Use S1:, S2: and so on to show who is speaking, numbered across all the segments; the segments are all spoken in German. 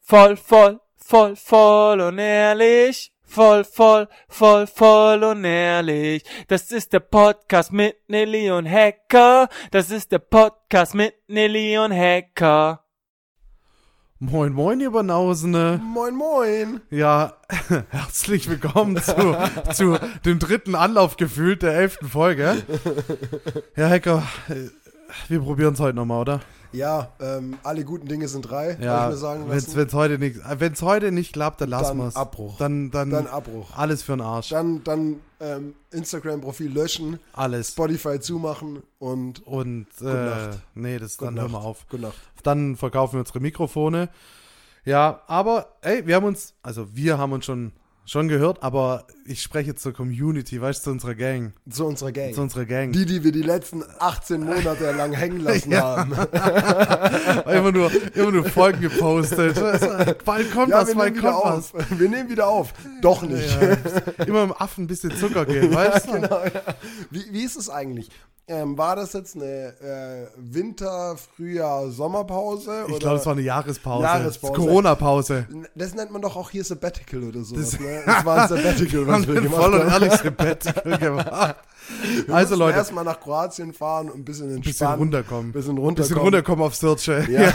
S1: Voll, voll, voll, voll und ehrlich. Voll, voll, voll, voll und ehrlich. Das ist der Podcast mit Nelly und Hacker. Das ist der Podcast mit Nelly und Hacker.
S2: Moin, moin, ihr Banausene.
S3: Moin, moin.
S2: Ja, herzlich willkommen zu, zu dem dritten Anlauf gefühlt der elften Folge. Ja, Hacker, wir probieren es heute nochmal, oder?
S3: Ja, ähm, alle guten Dinge sind drei, hab
S2: Ja,
S3: ich mir sagen
S2: wenn's,
S3: lassen.
S2: wenn's heute nicht, äh, wenn's heute nicht klappt, dann lassen
S3: Dann
S2: wir's.
S3: Abbruch.
S2: Dann, dann,
S3: dann Abbruch.
S2: alles für den Arsch.
S3: Dann, dann ähm, Instagram-Profil löschen,
S2: alles.
S3: Spotify zumachen und
S2: Und,
S3: Gute
S2: äh,
S3: Nacht.
S2: nee, das,
S3: gute
S2: dann hören wir
S3: Nacht.
S2: auf.
S3: Gute Nacht.
S2: Dann verkaufen wir unsere Mikrofone. Ja, aber ey, wir haben uns, also wir haben uns schon, schon gehört, aber ich spreche zur Community, weißt du, zu unserer Gang.
S3: Zu unserer Gang.
S2: Zu unserer Gang.
S3: die, die wir die letzten 18 Monate lang hängen lassen
S2: Ja.
S3: haben.
S2: immer, nur, immer nur Folgen gepostet. Also, Bald kommt
S3: Ja,
S2: was,
S3: wir
S2: bald
S3: nehmen
S2: kommt
S3: wieder
S2: was.
S3: auf. Wir nehmen wieder auf. Doch nicht.
S2: Ja, immer im Affen ein bisschen Zucker geben, weißt du?
S3: genau, Wie, wie ist es eigentlich? Ähm, war das jetzt eine äh, Winter-, Frühjahr-, Sommerpause?
S2: Ich
S3: oder-
S2: glaube, es war eine Jahrespause.
S3: Jahrespause.
S2: Corona-Pause.
S3: Das nennt man doch auch hier Sabbatical oder sowas. Das, ne? das war ein Sabbatical, was wir
S2: Voll
S3: gemacht haben.
S2: und ehrlich Sabbatical gemacht. Also
S3: müssen
S2: Leute, ein
S3: Erstmal nach Kroatien fahren und ein bisschen entspannen.
S2: bisschen runterkommen.
S3: Bisschen
S2: Ein bisschen runterkommen
S3: runterkommen.
S2: auf Search.
S3: Ja.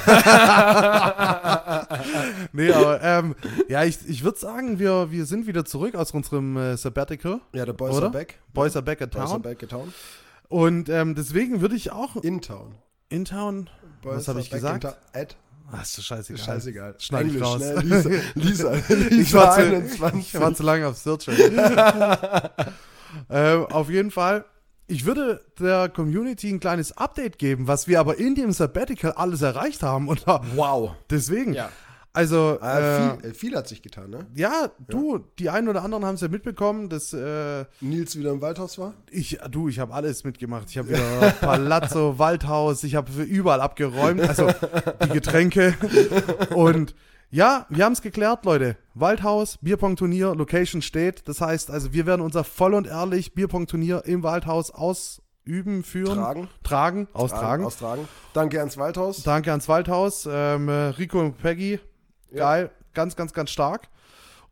S2: Nee, aber ähm, ja, ich, ich würde sagen, wir, wir sind wieder zurück aus unserem äh, Sabbatical.
S3: Ja, der Boys
S2: Oder?
S3: are back.
S2: Boys are back at
S3: Boys are
S2: town.
S3: back in town.
S2: Und ähm, deswegen würde ich auch
S3: In town.
S2: in town.
S3: Boys
S2: was habe
S3: are
S2: ich
S3: back
S2: gesagt?
S3: in town. At,
S2: Ach, ist doch scheißegal.
S3: scheißegal.
S2: Schneid ich
S3: Englisch,
S2: raus.
S3: ne? Lisa, Lisa, Lisa
S2: Ich war, zu,
S3: 21.
S2: ich war zu lange auf Search. ähm, auf jeden Fall. Ich würde der Community ein kleines Update geben, was wir aber in dem Sabbatical alles erreicht haben. Und da-
S3: wow.
S2: deswegen.
S3: Ja.
S2: Also,
S3: Äh,
S2: äh,
S3: viel, äh, viel hat sich getan, ne?
S2: ja, du, die einen oder anderen haben es ja mitbekommen, dass äh,
S3: Nils wieder im Waldhaus war.
S2: Ich, du, ich habe alles mitgemacht. Ich habe wieder Palazzo, Waldhaus, ich habe überall abgeräumt, also die Getränke. Und ja, wir haben es geklärt, Leute. Waldhaus, Bierpong-Turnier, Location steht. Das heißt, also wir werden unser voll und ehrlich Bierpong-Turnier im Waldhaus ausüben, führen.
S3: Tragen.
S2: Tragen, austragen.
S3: Austragen. Danke ans Waldhaus.
S2: Danke ans Waldhaus, ähm, äh, Rico und Peggy. Geil, ganz, ganz, ganz stark.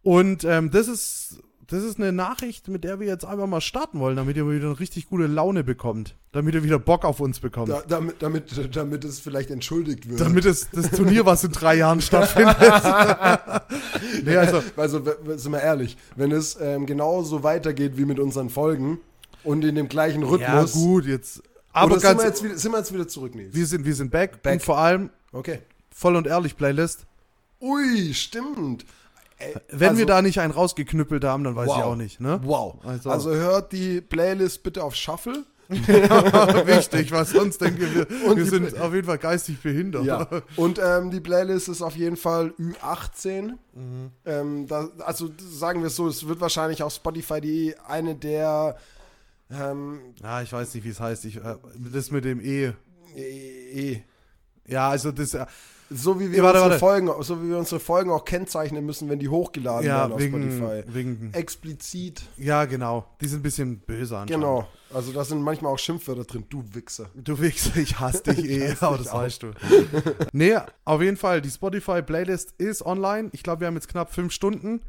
S2: Und ähm, das ist das ist eine Nachricht, mit der wir jetzt einfach mal starten wollen, damit ihr wieder eine richtig gute Laune bekommt, damit ihr wieder Bock auf uns bekommt.
S3: Da, damit, damit, damit es vielleicht entschuldigt wird.
S2: Damit es das Turnier, was in drei Jahren stattfindet. nee, also
S3: Also, w- w- sind wir ehrlich, wenn es ähm, genauso weitergeht wie mit unseren Folgen und in dem gleichen
S2: ja,
S3: Rhythmus.
S2: gut jetzt. Aber
S3: oder sind
S2: ganz,
S3: wir, jetzt wieder, sind wir jetzt wieder zurück, Nils?
S2: wir sind wir sind back,
S3: Back.
S2: und vor allem
S3: Okay.
S2: voll und ehrlich Playlist.
S3: Ui, stimmt. Ey,
S2: Wenn
S3: also-
S2: wir da nicht einen rausgeknüppelt haben, dann weiß
S3: Wow.
S2: ich auch nicht. Ne?
S3: Wow.
S2: Also-
S3: Also, hört die Playlist bitte auf Shuffle.
S2: Wichtig, was sonst denken wir.
S3: Und
S2: wir
S3: die-
S2: sind auf jeden Fall geistig behindert.
S3: Und ähm, die Playlist ist auf jeden Fall Ü18.
S2: Mhm.
S3: Ähm, da, also sagen wir es so, es wird wahrscheinlich auf Spotify die eine der ähm,
S2: Ja, Ah, ich weiß nicht, wie es heißt. Ich, äh, das mit dem E.
S3: eh, eh.
S2: Ja, also das. äh,
S3: so wie
S2: Ja,
S3: wir
S2: warte,
S3: unsere
S2: warte.
S3: Folgen, so wie wir unsere Folgen auch kennzeichnen müssen, wenn die hochgeladen werden
S2: Ja,
S3: auf Spotify.
S2: wegen, wegen.
S3: Explizit.
S2: Ja, genau. Die sind ein bisschen böse anscheinend.
S3: Genau. Also da sind manchmal auch Schimpfwörter drin. Du Wichser.
S2: Du Wichser, ich hasse dich eh, aber das weißt du. nee, auf jeden Fall, die Spotify-Playlist ist online. Ich glaube, wir haben jetzt knapp fünf Stunden.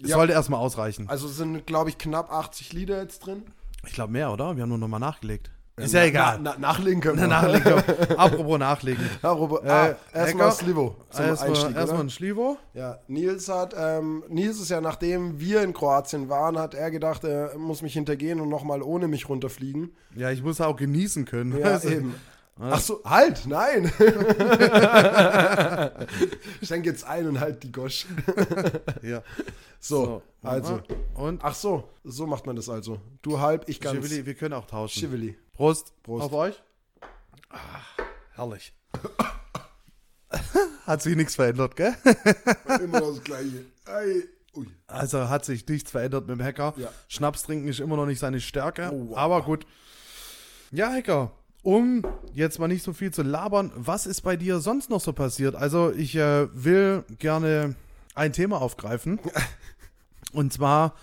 S2: Es
S3: Ja.
S2: sollte erstmal ausreichen.
S3: Also sind, glaube ich, knapp 80 Lieder jetzt drin.
S2: Ich glaube, mehr, oder? Wir haben nur nochmal nachgelegt. Ist ja egal.
S3: Na, na, nachlegen können wir.
S2: Nachlegen. komm. Apropos nachlegen.
S3: Ja, Robert,
S2: Äh,
S3: ah,
S2: Ecker,
S3: erstmal Slivo zum Einstieg,
S2: Erstmal
S3: oder?
S2: erstmal ein Schlivo.
S3: Ja, Nils hat, ähm, Nils ist ja, nachdem wir in Kroatien waren, hat er gedacht, er muss mich hintergehen und nochmal ohne mich runterfliegen.
S2: Ja, ich muss auch genießen können. Also,
S3: Also, Ja,
S2: weißt du?
S3: eben. Ach so, halt, nein. ich denke jetzt ein und halt die Gosch.
S2: Ja.
S3: So, also.
S2: Und
S3: Ach so, so macht man das also. Du halb, ich ganz.
S2: Schivili, wir können auch tauschen.
S3: Schivili.
S2: Prost.
S3: Prost. Ah,
S2: Auf euch. herrlich. hat sich nichts verändert, gell?
S3: Immer noch das Gleiche. Ei. Ui.
S2: Also hat sich nichts verändert mit dem Hacker.
S3: Ja.
S2: Schnaps trinken ist immer noch nicht seine Stärke.
S3: Oh, wow.
S2: Aber gut. Ja, Hacker, um jetzt mal nicht so viel zu labern, was ist bei dir sonst noch so passiert? Also ich äh, will gerne ein Thema aufgreifen. Und zwar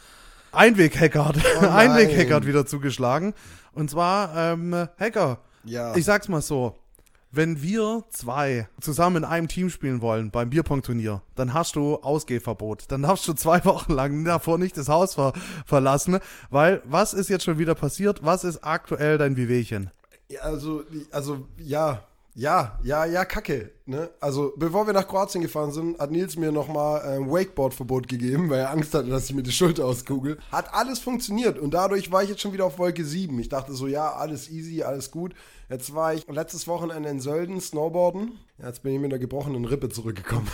S2: Einweg-Hacker hat,
S3: Oh nein.
S2: Einweg-Hacker hat wieder zugeschlagen. Und zwar ähm, Hacker.
S3: Ja.
S2: Ich sag's mal so. Wenn wir zwei zusammen in einem Team spielen wollen beim Bierpong-Turnier, dann hast du Ausgehverbot. Dann darfst du zwei Wochen lang davor nicht das Haus ver verlassen, weil was ist jetzt schon wieder passiert? Was ist aktuell dein Wehwehchen?
S3: Ja, also, also ja, ja, ja, ja, Kacke. Ne? Also bevor wir nach Kroatien gefahren sind, hat Nils mir nochmal ein Wakeboard-Verbot gegeben, weil er Angst hatte, dass ich mir die Schulter auskugel. Hat alles funktioniert und dadurch war ich jetzt schon wieder auf Wolke 7. Ich dachte so, ja, alles easy, alles gut. Jetzt war ich letztes Wochenende in Sölden snowboarden. Jetzt bin ich mit einer gebrochenen Rippe zurückgekommen.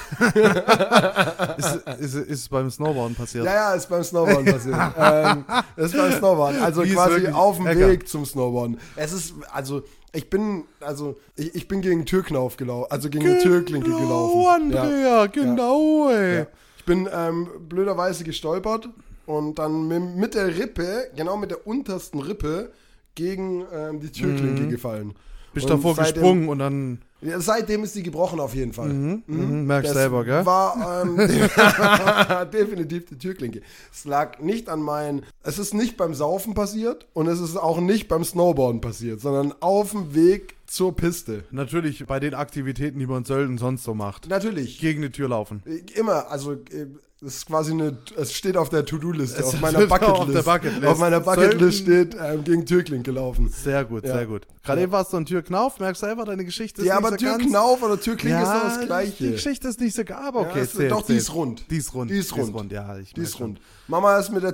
S2: Ist, ist, ist beim Snowboarden passiert?
S3: Ah, ja, ja, ist beim Snowboarden passiert. ähm, ist beim Snowboarden. Also
S2: Wie ist
S3: quasi
S2: wirklich?
S3: auf dem
S2: Lecker.
S3: Weg zum Snowboarden. Es ist, also ich bin, also ich, ich bin gegen den Türknauf gelaufen, also gegen die Türklinke gelaufen.
S2: Genau, Andrea, genau, ey.
S3: Ja. Ich bin ähm, blöderweise gestolpert und dann mit, mit der Rippe, genau mit der untersten Rippe, gegen ähm, die Türklinke gefallen.
S2: Mhm. Bist
S3: Und
S2: davor
S3: seitdem-
S2: gesprungen und dann
S3: Ja, seitdem ist die gebrochen auf jeden Fall.
S2: mhm, merkst
S3: Das
S2: selber, gell?
S3: war ähm, definitiv die Türklinke. Es lag nicht an meinen. Es ist nicht beim Saufen passiert und es ist auch nicht beim Snowboarden passiert, sondern auf dem Weg zur Piste.
S2: Natürlich bei den Aktivitäten, die man in Sölden sonst so macht.
S3: Natürlich.
S2: Gegen die Tür laufen.
S3: Immer, also äh, es ist quasi eine, es steht auf der To-Do-Liste,
S2: Es
S3: auf meiner
S2: steht auf der
S3: Bucketlist.
S2: Bucketlist.
S3: Auf meiner Bucketlist
S2: Sollten-
S3: steht ähm, gegen Türklinke laufen.
S2: Sehr gut,
S3: Ja.
S2: sehr gut. Gerade
S3: Ja.
S2: eben warst du ein Türknauf, merkst selber, deine Geschichte ist
S3: Ja,
S2: nicht
S3: aber
S2: so ganz...
S3: Türknauf oder Türklinke ist
S2: Ja,
S3: doch das
S2: Die
S3: Gleiche.
S2: Geschichte ist nicht so... Aber okay,
S3: Ja, es-
S2: zählt,
S3: doch, die
S2: zählt.
S3: ist rund.
S2: Die ist rund.
S3: Die ist rund.
S2: ja. Ich
S3: Die
S2: merk
S3: ist
S2: schon.
S3: rund. Mama ist mit der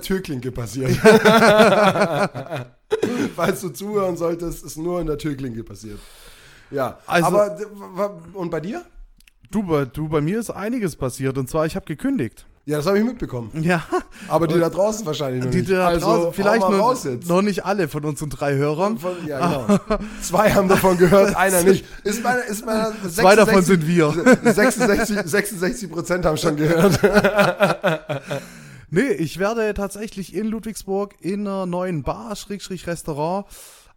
S3: Türklinke passiert. Falls du zuhören solltest, ist nur in der Türklinke passiert. Ja,
S2: Also-
S3: aber d- wa- und bei dir?
S2: Du, bei- du, bei mir ist einiges passiert und zwar, ich habe gekündigt.
S3: Ja, das habe ich mitbekommen.
S2: Ja,
S3: Aber die da draußen wahrscheinlich noch
S2: die,
S3: nicht.
S2: die da
S3: also,
S2: draußen,
S3: hau
S2: vielleicht
S3: mal
S2: nur,
S3: raus jetzt.
S2: noch nicht alle von unseren drei Hörern.
S3: Von, ja, genau. Zwei haben davon gehört, einer nicht. Ist meiner, ist meiner
S2: Zwei davon sind wir.
S3: 66, 66 Prozent haben schon gehört.
S2: Nee, ich werde tatsächlich in Ludwigsburg in einer neuen Bar, Schrägstrich Restaurant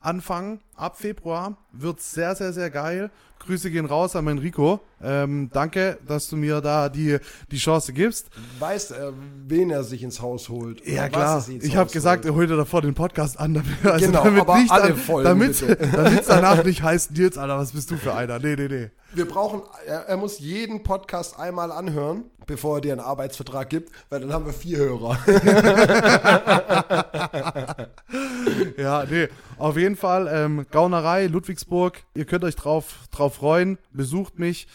S2: anfangen. Ab Februar wird sehr, sehr, sehr geil. Grüße gehen raus an meinen Rico. Ähm, danke, dass du mir da die, die Chance gibst.
S3: Weiß er, wen er sich ins Haus holt. oder
S2: Ja
S3: was
S2: klar,
S3: er sich ins
S2: ich
S3: Haus
S2: habe gesagt,
S3: holt.
S2: er holt dir davor den Podcast an, damit, also
S3: Genau,
S2: damit
S3: aber
S2: nicht
S3: alle
S2: dann,
S3: Folgen,
S2: damit
S3: bitte.
S2: damit's danach nicht heißt, Nils, Alter, was bist du für einer? Nee, nee, nee.
S3: wir brauchen, er, er muss jeden Podcast einmal anhören, bevor er dir einen Arbeitsvertrag gibt, weil dann haben wir vier Hörer.
S2: Ja, nee. Auf jeden Fall, ähm, Gaunerei, Ludwigsburg. Ihr könnt euch drauf, drauf freuen. Besucht mich.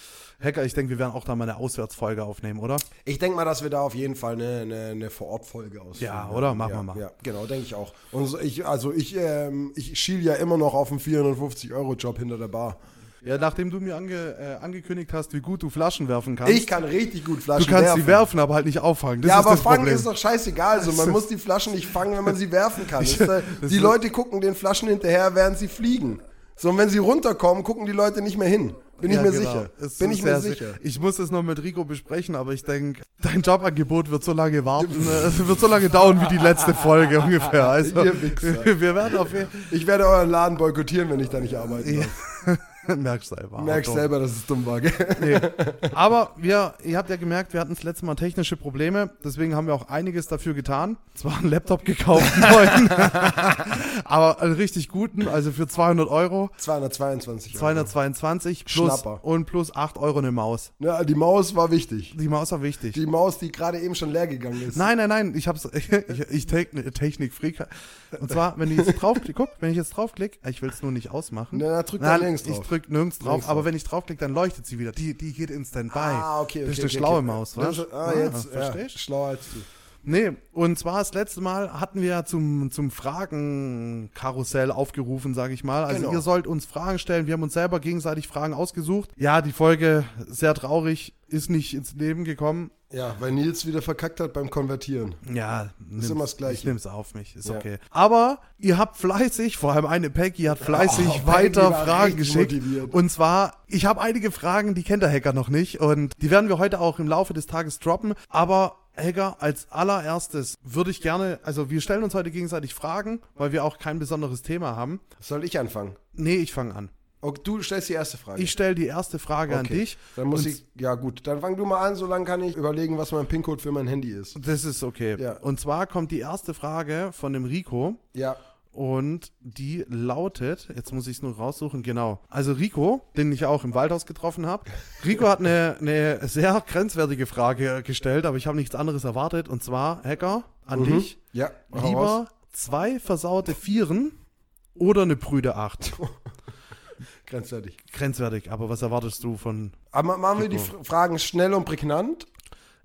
S2: Hacker, ich denke, wir werden auch da mal eine Auswärtsfolge aufnehmen, oder?
S3: Ich denke mal, dass wir da auf jeden Fall eine, eine, eine Vor-Ort-Folge ausführen.
S2: Ja, oder? Machen
S3: ja,
S2: wir mal.
S3: Ja, genau, denke ich auch. Und so, ich, also ich, ähm, ich schiel ja immer noch auf einen 450-Euro-Job hinter der Bar.
S2: Ja, nachdem du mir ange, äh, angekündigt hast, wie gut du Flaschen werfen kannst.
S3: Ich kann richtig gut
S2: du
S3: Flaschen
S2: kannst
S3: werfen.
S2: sie werfen, aber halt nicht auffangen. Das
S3: ja,
S2: ist
S3: aber
S2: das
S3: fangen
S2: Problem.
S3: ist doch scheißegal. Also man muss die Flaschen nicht fangen, wenn man sie werfen kann.
S2: Ich-
S3: Das ist halt,
S2: das
S3: die
S2: ist-
S3: Leute gucken den Flaschen hinterher, während sie fliegen. So, und wenn sie runterkommen, gucken die Leute nicht mehr hin. Bin ich
S2: Ja,
S3: mir
S2: genau.
S3: sicher.
S2: Es
S3: Bin
S2: ist
S3: ich mir
S2: sehr-
S3: sicher.
S2: Ich muss es noch mit Rico besprechen, aber ich denke, dein Jobangebot wird so lange warten, äh, es wird so lange dauern wie die letzte Folge ungefähr. Also,
S3: Ihr Wichser.
S2: wir werden auf jeden
S3: Ich werde euren Laden boykottieren, wenn ich da nicht arbeite. Ja,
S2: Fall. Merkst selber.
S3: Merkst
S2: Achtung.
S3: selber, dass es dumm war. Gell?
S2: Nee. Aber wir, ihr habt ja gemerkt, wir hatten das letzte Mal technische Probleme, deswegen haben wir auch einiges dafür getan. Zwar einen Laptop gekauft, einen neuen, aber einen richtig guten, also für 200 Euro,
S3: 222 Euro.
S2: 222 plus
S3: Schnapper.
S2: und plus 8 Euro eine Maus.
S3: Ja, die Maus war wichtig.
S2: Die Maus war wichtig.
S3: Die Maus, die gerade eben schon leer gegangen ist.
S2: Nein, nein, nein, ich hab's, ich, ich Technik- Technik-Freak. Und zwar, wenn ich jetzt draufklick, guck, wenn ich jetzt draufklick, ich will's nur nicht ausmachen.
S3: Na, na, drück da
S2: Nein,
S3: nirgends
S2: Ich
S3: drauf.
S2: drück nirgends drauf,
S3: Nirgends
S2: aber
S3: drauf.
S2: wenn ich draufklick, dann leuchtet sie wieder. Die, die geht in Standby.
S3: Ah, okay, okay.
S2: Das ist
S3: okay,
S2: eine
S3: okay.
S2: schlaue Maus, was?
S3: Das- Ah, jetzt, ja,
S2: verstehst?
S3: schlauer als du.
S2: Nee, und zwar das letzte Mal hatten wir ja zum, zum Fragenkarussell aufgerufen, sage ich mal. Also
S3: Genau.
S2: ihr sollt uns Fragen stellen. Wir haben uns selber gegenseitig Fragen ausgesucht. Ja, die Folge, sehr traurig, ist nicht ins Leben gekommen.
S3: Ja, weil Nils wieder verkackt hat beim Konvertieren.
S2: Ja, nimm's,
S3: immer das Gleiche.
S2: Ich nehm's auf mich, ist
S3: Ja.
S2: okay. Aber ihr habt fleißig, vor allem eine Peggy hat fleißig
S3: Oh, Peggy
S2: weiter
S3: war
S2: Fragen
S3: richtig
S2: geschickt.
S3: motiviert.
S2: Und zwar, ich habe einige Fragen, die kennt der Hacker noch nicht und die werden wir heute auch im Laufe des Tages droppen. Aber Helga, als allererstes würde ich gerne, also wir stellen uns heute gegenseitig Fragen, weil wir auch kein besonderes Thema haben.
S3: Soll ich anfangen?
S2: Nee, ich fange an.
S3: Oh, du stellst die erste Frage.
S2: Ich stelle die erste Frage an
S3: Okay.
S2: dich.
S3: Dann muss
S2: Und
S3: ich, ja gut, dann fang du mal an, solange kann ich überlegen, was mein PIN-Code für mein Handy ist.
S2: Das ist okay.
S3: Ja.
S2: Und zwar kommt die erste Frage von dem Rico.
S3: Ja,
S2: Und die lautet, jetzt muss ich es nur raussuchen, genau. Also Rico, den ich auch im Waldhaus getroffen habe. Rico hat eine, eine sehr grenzwertige Frage gestellt, aber ich habe nichts anderes erwartet. Und zwar, Hacker, an dich.
S3: Hm? Ja, Mhm. hau raus.
S2: Lieber zwei versaute Vieren oder eine Brüde Acht.
S3: grenzwertig.
S2: Grenzwertig, aber was erwartest du von.
S3: Aber ma- machen wir die F Fragen schnell und prägnant.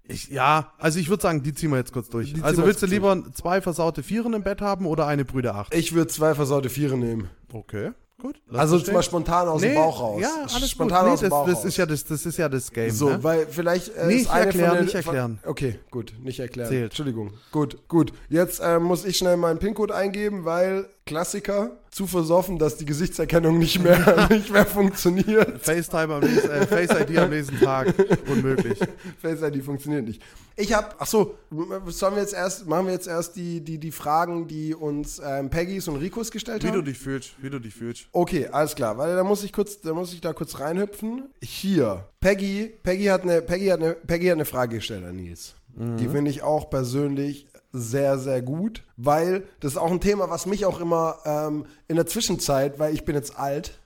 S2: Ich, ja, also ich würde sagen, die ziehen wir jetzt kurz durch.
S3: Die ziehen
S2: also
S3: wir
S2: willst du
S3: jetzt
S2: lieber zwei versaute Vieren im Bett haben oder eine Brüde Acht?
S3: Ich würde zwei versaute Viere nehmen.
S2: Okay, gut. Lass
S3: Also
S2: das
S3: jetzt
S2: stehen.
S3: mal spontan aus dem Bauch raus.
S2: Ja, alles
S3: spontan
S2: gut.
S3: aus dem
S2: das,
S3: Bauch
S2: das
S3: raus.
S2: ist ja das, das ist ja das Game.
S3: so,
S2: ne?
S3: weil vielleicht äh,
S2: Nicht
S3: ist eine
S2: erklären,
S3: von den,
S2: nicht erklären.
S3: Von, okay, gut, nicht erklären.
S2: Zählt.
S3: Entschuldigung. Gut, gut. Jetzt äh, muss ich schnell meinen PIN-Code eingeben, weil Klassiker zu versoffen, dass die Gesichtserkennung nicht mehr nicht mehr funktioniert.
S2: FaceTime am nächsten, äh, Face ID am nächsten Tag unmöglich.
S3: Face ID funktioniert nicht. Ich habe, ach so, m- sollen wir jetzt erst, machen wir jetzt erst die, die, die Fragen, die uns ähm, Peggys und Ricos gestellt haben?
S2: dich fühlst, wie du dich fühlst.
S3: Okay, alles klar, weil da muss ich kurz, da muss ich da kurz reinhüpfen. Hier, Peggy, Peggy hat eine, Peggy hat eine, Peggy hat eine Frage gestellt an Nils.
S2: Mhm.
S3: Die finde ich auch persönlich sehr, sehr gut, weil das ist auch ein Thema, was mich auch immer ähm, in der Zwischenzeit, weil ich bin jetzt alt,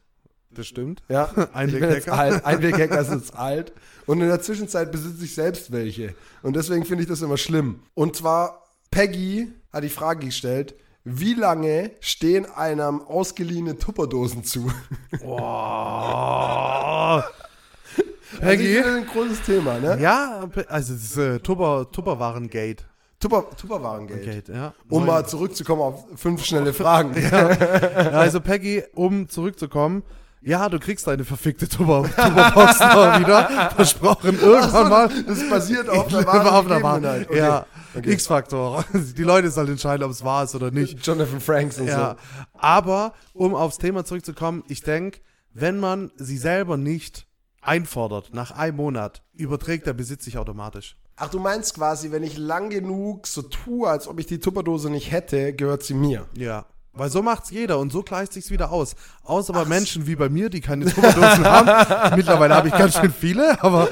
S2: Das stimmt.
S3: ja, ich bin jetzt
S2: Einweghacker.
S3: alt, Einweghacker ist jetzt alt und in der Zwischenzeit besitze ich selbst welche und deswegen finde ich das immer schlimm. Und zwar Peggy hat die Frage gestellt. Wie lange stehen einem ausgeliehene Tupperdosen zu?
S2: Boah.
S3: Also ich
S2: Peggy?
S3: finde das ein großes Thema, ne?
S2: Ja, also das ist äh, Tupper, Tupperwaren-Gate.
S3: Tupper, Tupperwarengeld.
S2: Gate, ja.
S3: Um mal zurückzukommen auf fünf schnelle Fragen.
S2: Ja, also Peggy, um zurückzukommen, ja, du kriegst deine verfickte Tupper- Tupperbox noch wieder. Versprochen, irgendwann mal.
S3: Das basiert auf
S2: Ich
S3: einer
S2: lebe auf
S3: wahren
S2: einer Wahl.
S3: Gegebenheit. Okay.
S2: Ja, X-Faktor. Die Leute sollen entscheiden, ob es wahr ist oder nicht.
S3: Jonathan Franks und
S2: Ja, aber um aufs Thema zurückzukommen, ich denke, wenn man sie selber nicht einfordert, nach einem Monat, überträgt der Besitz sich automatisch.
S3: so. Ach, du meinst quasi, wenn ich lang genug so tue, als ob ich die Tupperdose nicht hätte, gehört sie mir.
S2: Ja. Weil so macht's jeder und so gleicht sich's wieder aus. Außer bei Menschen wie bei mir, die keine Tupperdosen haben. Mittlerweile habe ich ganz schön viele, aber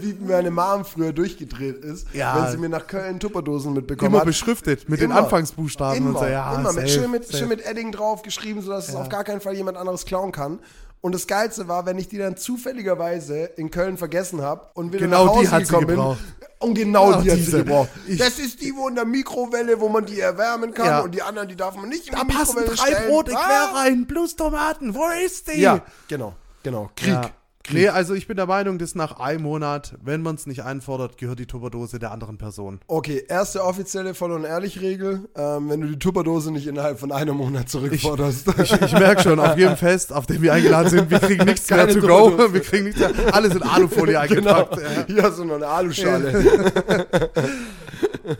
S3: Wie meine Mom früher durchgedreht ist,
S2: Ja.
S3: wenn sie mir nach Köln Tupperdosen mitbekommen
S2: immer
S3: hat.
S2: beschriftet mit den
S3: Immer.
S2: Anfangsbuchstaben
S3: immer,
S2: und so. Ja,
S3: immer
S2: safe,
S3: mit, schön, mit,
S2: safe.
S3: schön mit Edding draufgeschrieben, sodass es auf gar keinen Fall jemand anderes klauen kann. Und das Geilste war, wenn ich die dann zufälligerweise in Köln vergessen habe und wieder
S2: Genau
S3: nach
S2: die
S3: Hause
S2: hat sie
S3: gekommen bin.
S2: gebraucht.
S3: Und genau
S2: Genau
S3: die hat
S2: diese.
S3: sie gebraucht.
S2: Ich-
S3: das ist die, wo in der Mikrowelle, wo man die erwärmen kann
S2: Ja.
S3: und die anderen, die darf man nicht in
S2: Da
S3: die
S2: passen
S3: Mikrowelle
S2: drei
S3: stellen.
S2: Brote
S3: Ah!
S2: quer rein, plus Tomaten. Wo ist die?
S3: Ja, genau, genau. Krieg.
S2: Ja. Nee, also ich bin der Meinung, dass nach einem Monat, wenn man es nicht einfordert, gehört die Tupperdose der anderen Person.
S3: Okay, erste offizielle Voll- und Ehrlich-Regel, ähm, wenn du die Tupperdose nicht innerhalb von einem Monat zurückforderst.
S2: Ich, ich merke schon, auf jedem Fest, auf dem wir eingeladen sind, wir kriegen nichts mehr
S3: Keine
S2: to go.
S3: Tupperdose.
S2: Wir kriegen nichts mehr. Alles in Alufolie eingepackt.
S3: Hier hast du noch Genau. eine Aluschale.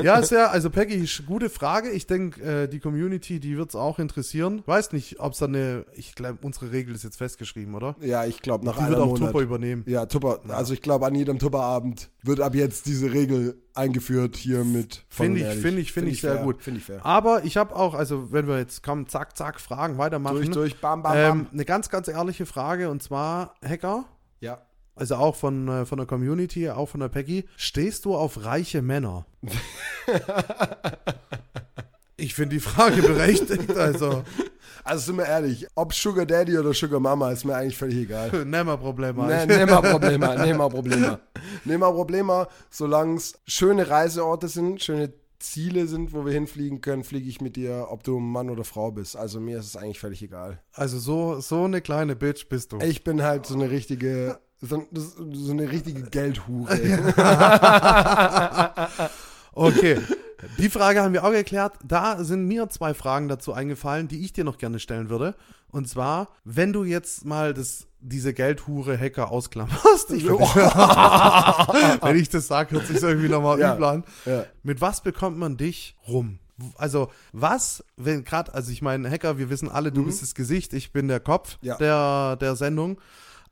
S2: Ja, ist ja, also Peggy, sch- gute Frage. Ich denke, äh, die Community, die wird es auch interessieren. Weiß nicht, ob es da eine, ich glaube, unsere Regel ist jetzt festgeschrieben, oder?
S3: ja, ich glaube, nach
S2: Die
S3: einem
S2: wird auch
S3: Monat.
S2: Tupper übernehmen.
S3: Ja, Tupper. Also ich glaube, an jedem Tupperabend wird ab jetzt diese Regel eingeführt hier mit. voll und
S2: Finde ich,
S3: ehrlich.
S2: finde ich, finde ich sehr
S3: fair,
S2: gut.
S3: Finde ich fair.
S2: Aber ich habe auch, also wenn wir jetzt kommen, zack, zack, Fragen weitermachen.
S3: Durch, durch, bam, bam,
S2: Ähm,
S3: bam.
S2: eine ganz, ganz ehrliche Frage und zwar, Hacker,
S3: Ja.
S2: also auch von, äh, von der Community, auch von der Peggy, stehst du auf reiche Männer? ich finde die Frage berechtigt, also
S3: Also sind wir ehrlich, ob Sugar Daddy oder Sugar Mama ist mir eigentlich völlig egal.
S2: nimmer Problem.
S3: Nee,
S2: Mike.
S3: nimmer Problema, nimmer Problema. Nimmer Problema, solange es schöne Reiseorte sind, schöne Ziele sind, wo wir hinfliegen können, fliege ich mit dir, ob du Mann oder Frau bist. Also mir ist es eigentlich völlig egal.
S2: Also so, so eine kleine Bitch bist du.
S3: Ich bin halt so eine richtige, so, so eine richtige Geldhure.
S2: Okay. Die Frage haben wir auch geklärt. Da sind mir zwei Fragen dazu eingefallen, die ich dir noch gerne stellen würde. Und zwar, wenn du jetzt mal das, diese Geldhure-Hacker ausklammerst,
S3: Oh.
S2: ich, wenn ich das sage, hört sich irgendwie nochmal
S3: Ja.
S2: übel an.
S3: Ja.
S2: Mit was bekommt man dich rum? Also, was, wenn gerade, also ich meine, Hacker, wir wissen alle, du bist das Gesicht, ich bin der Kopf
S3: Mhm. Ja.
S2: der, der Sendung.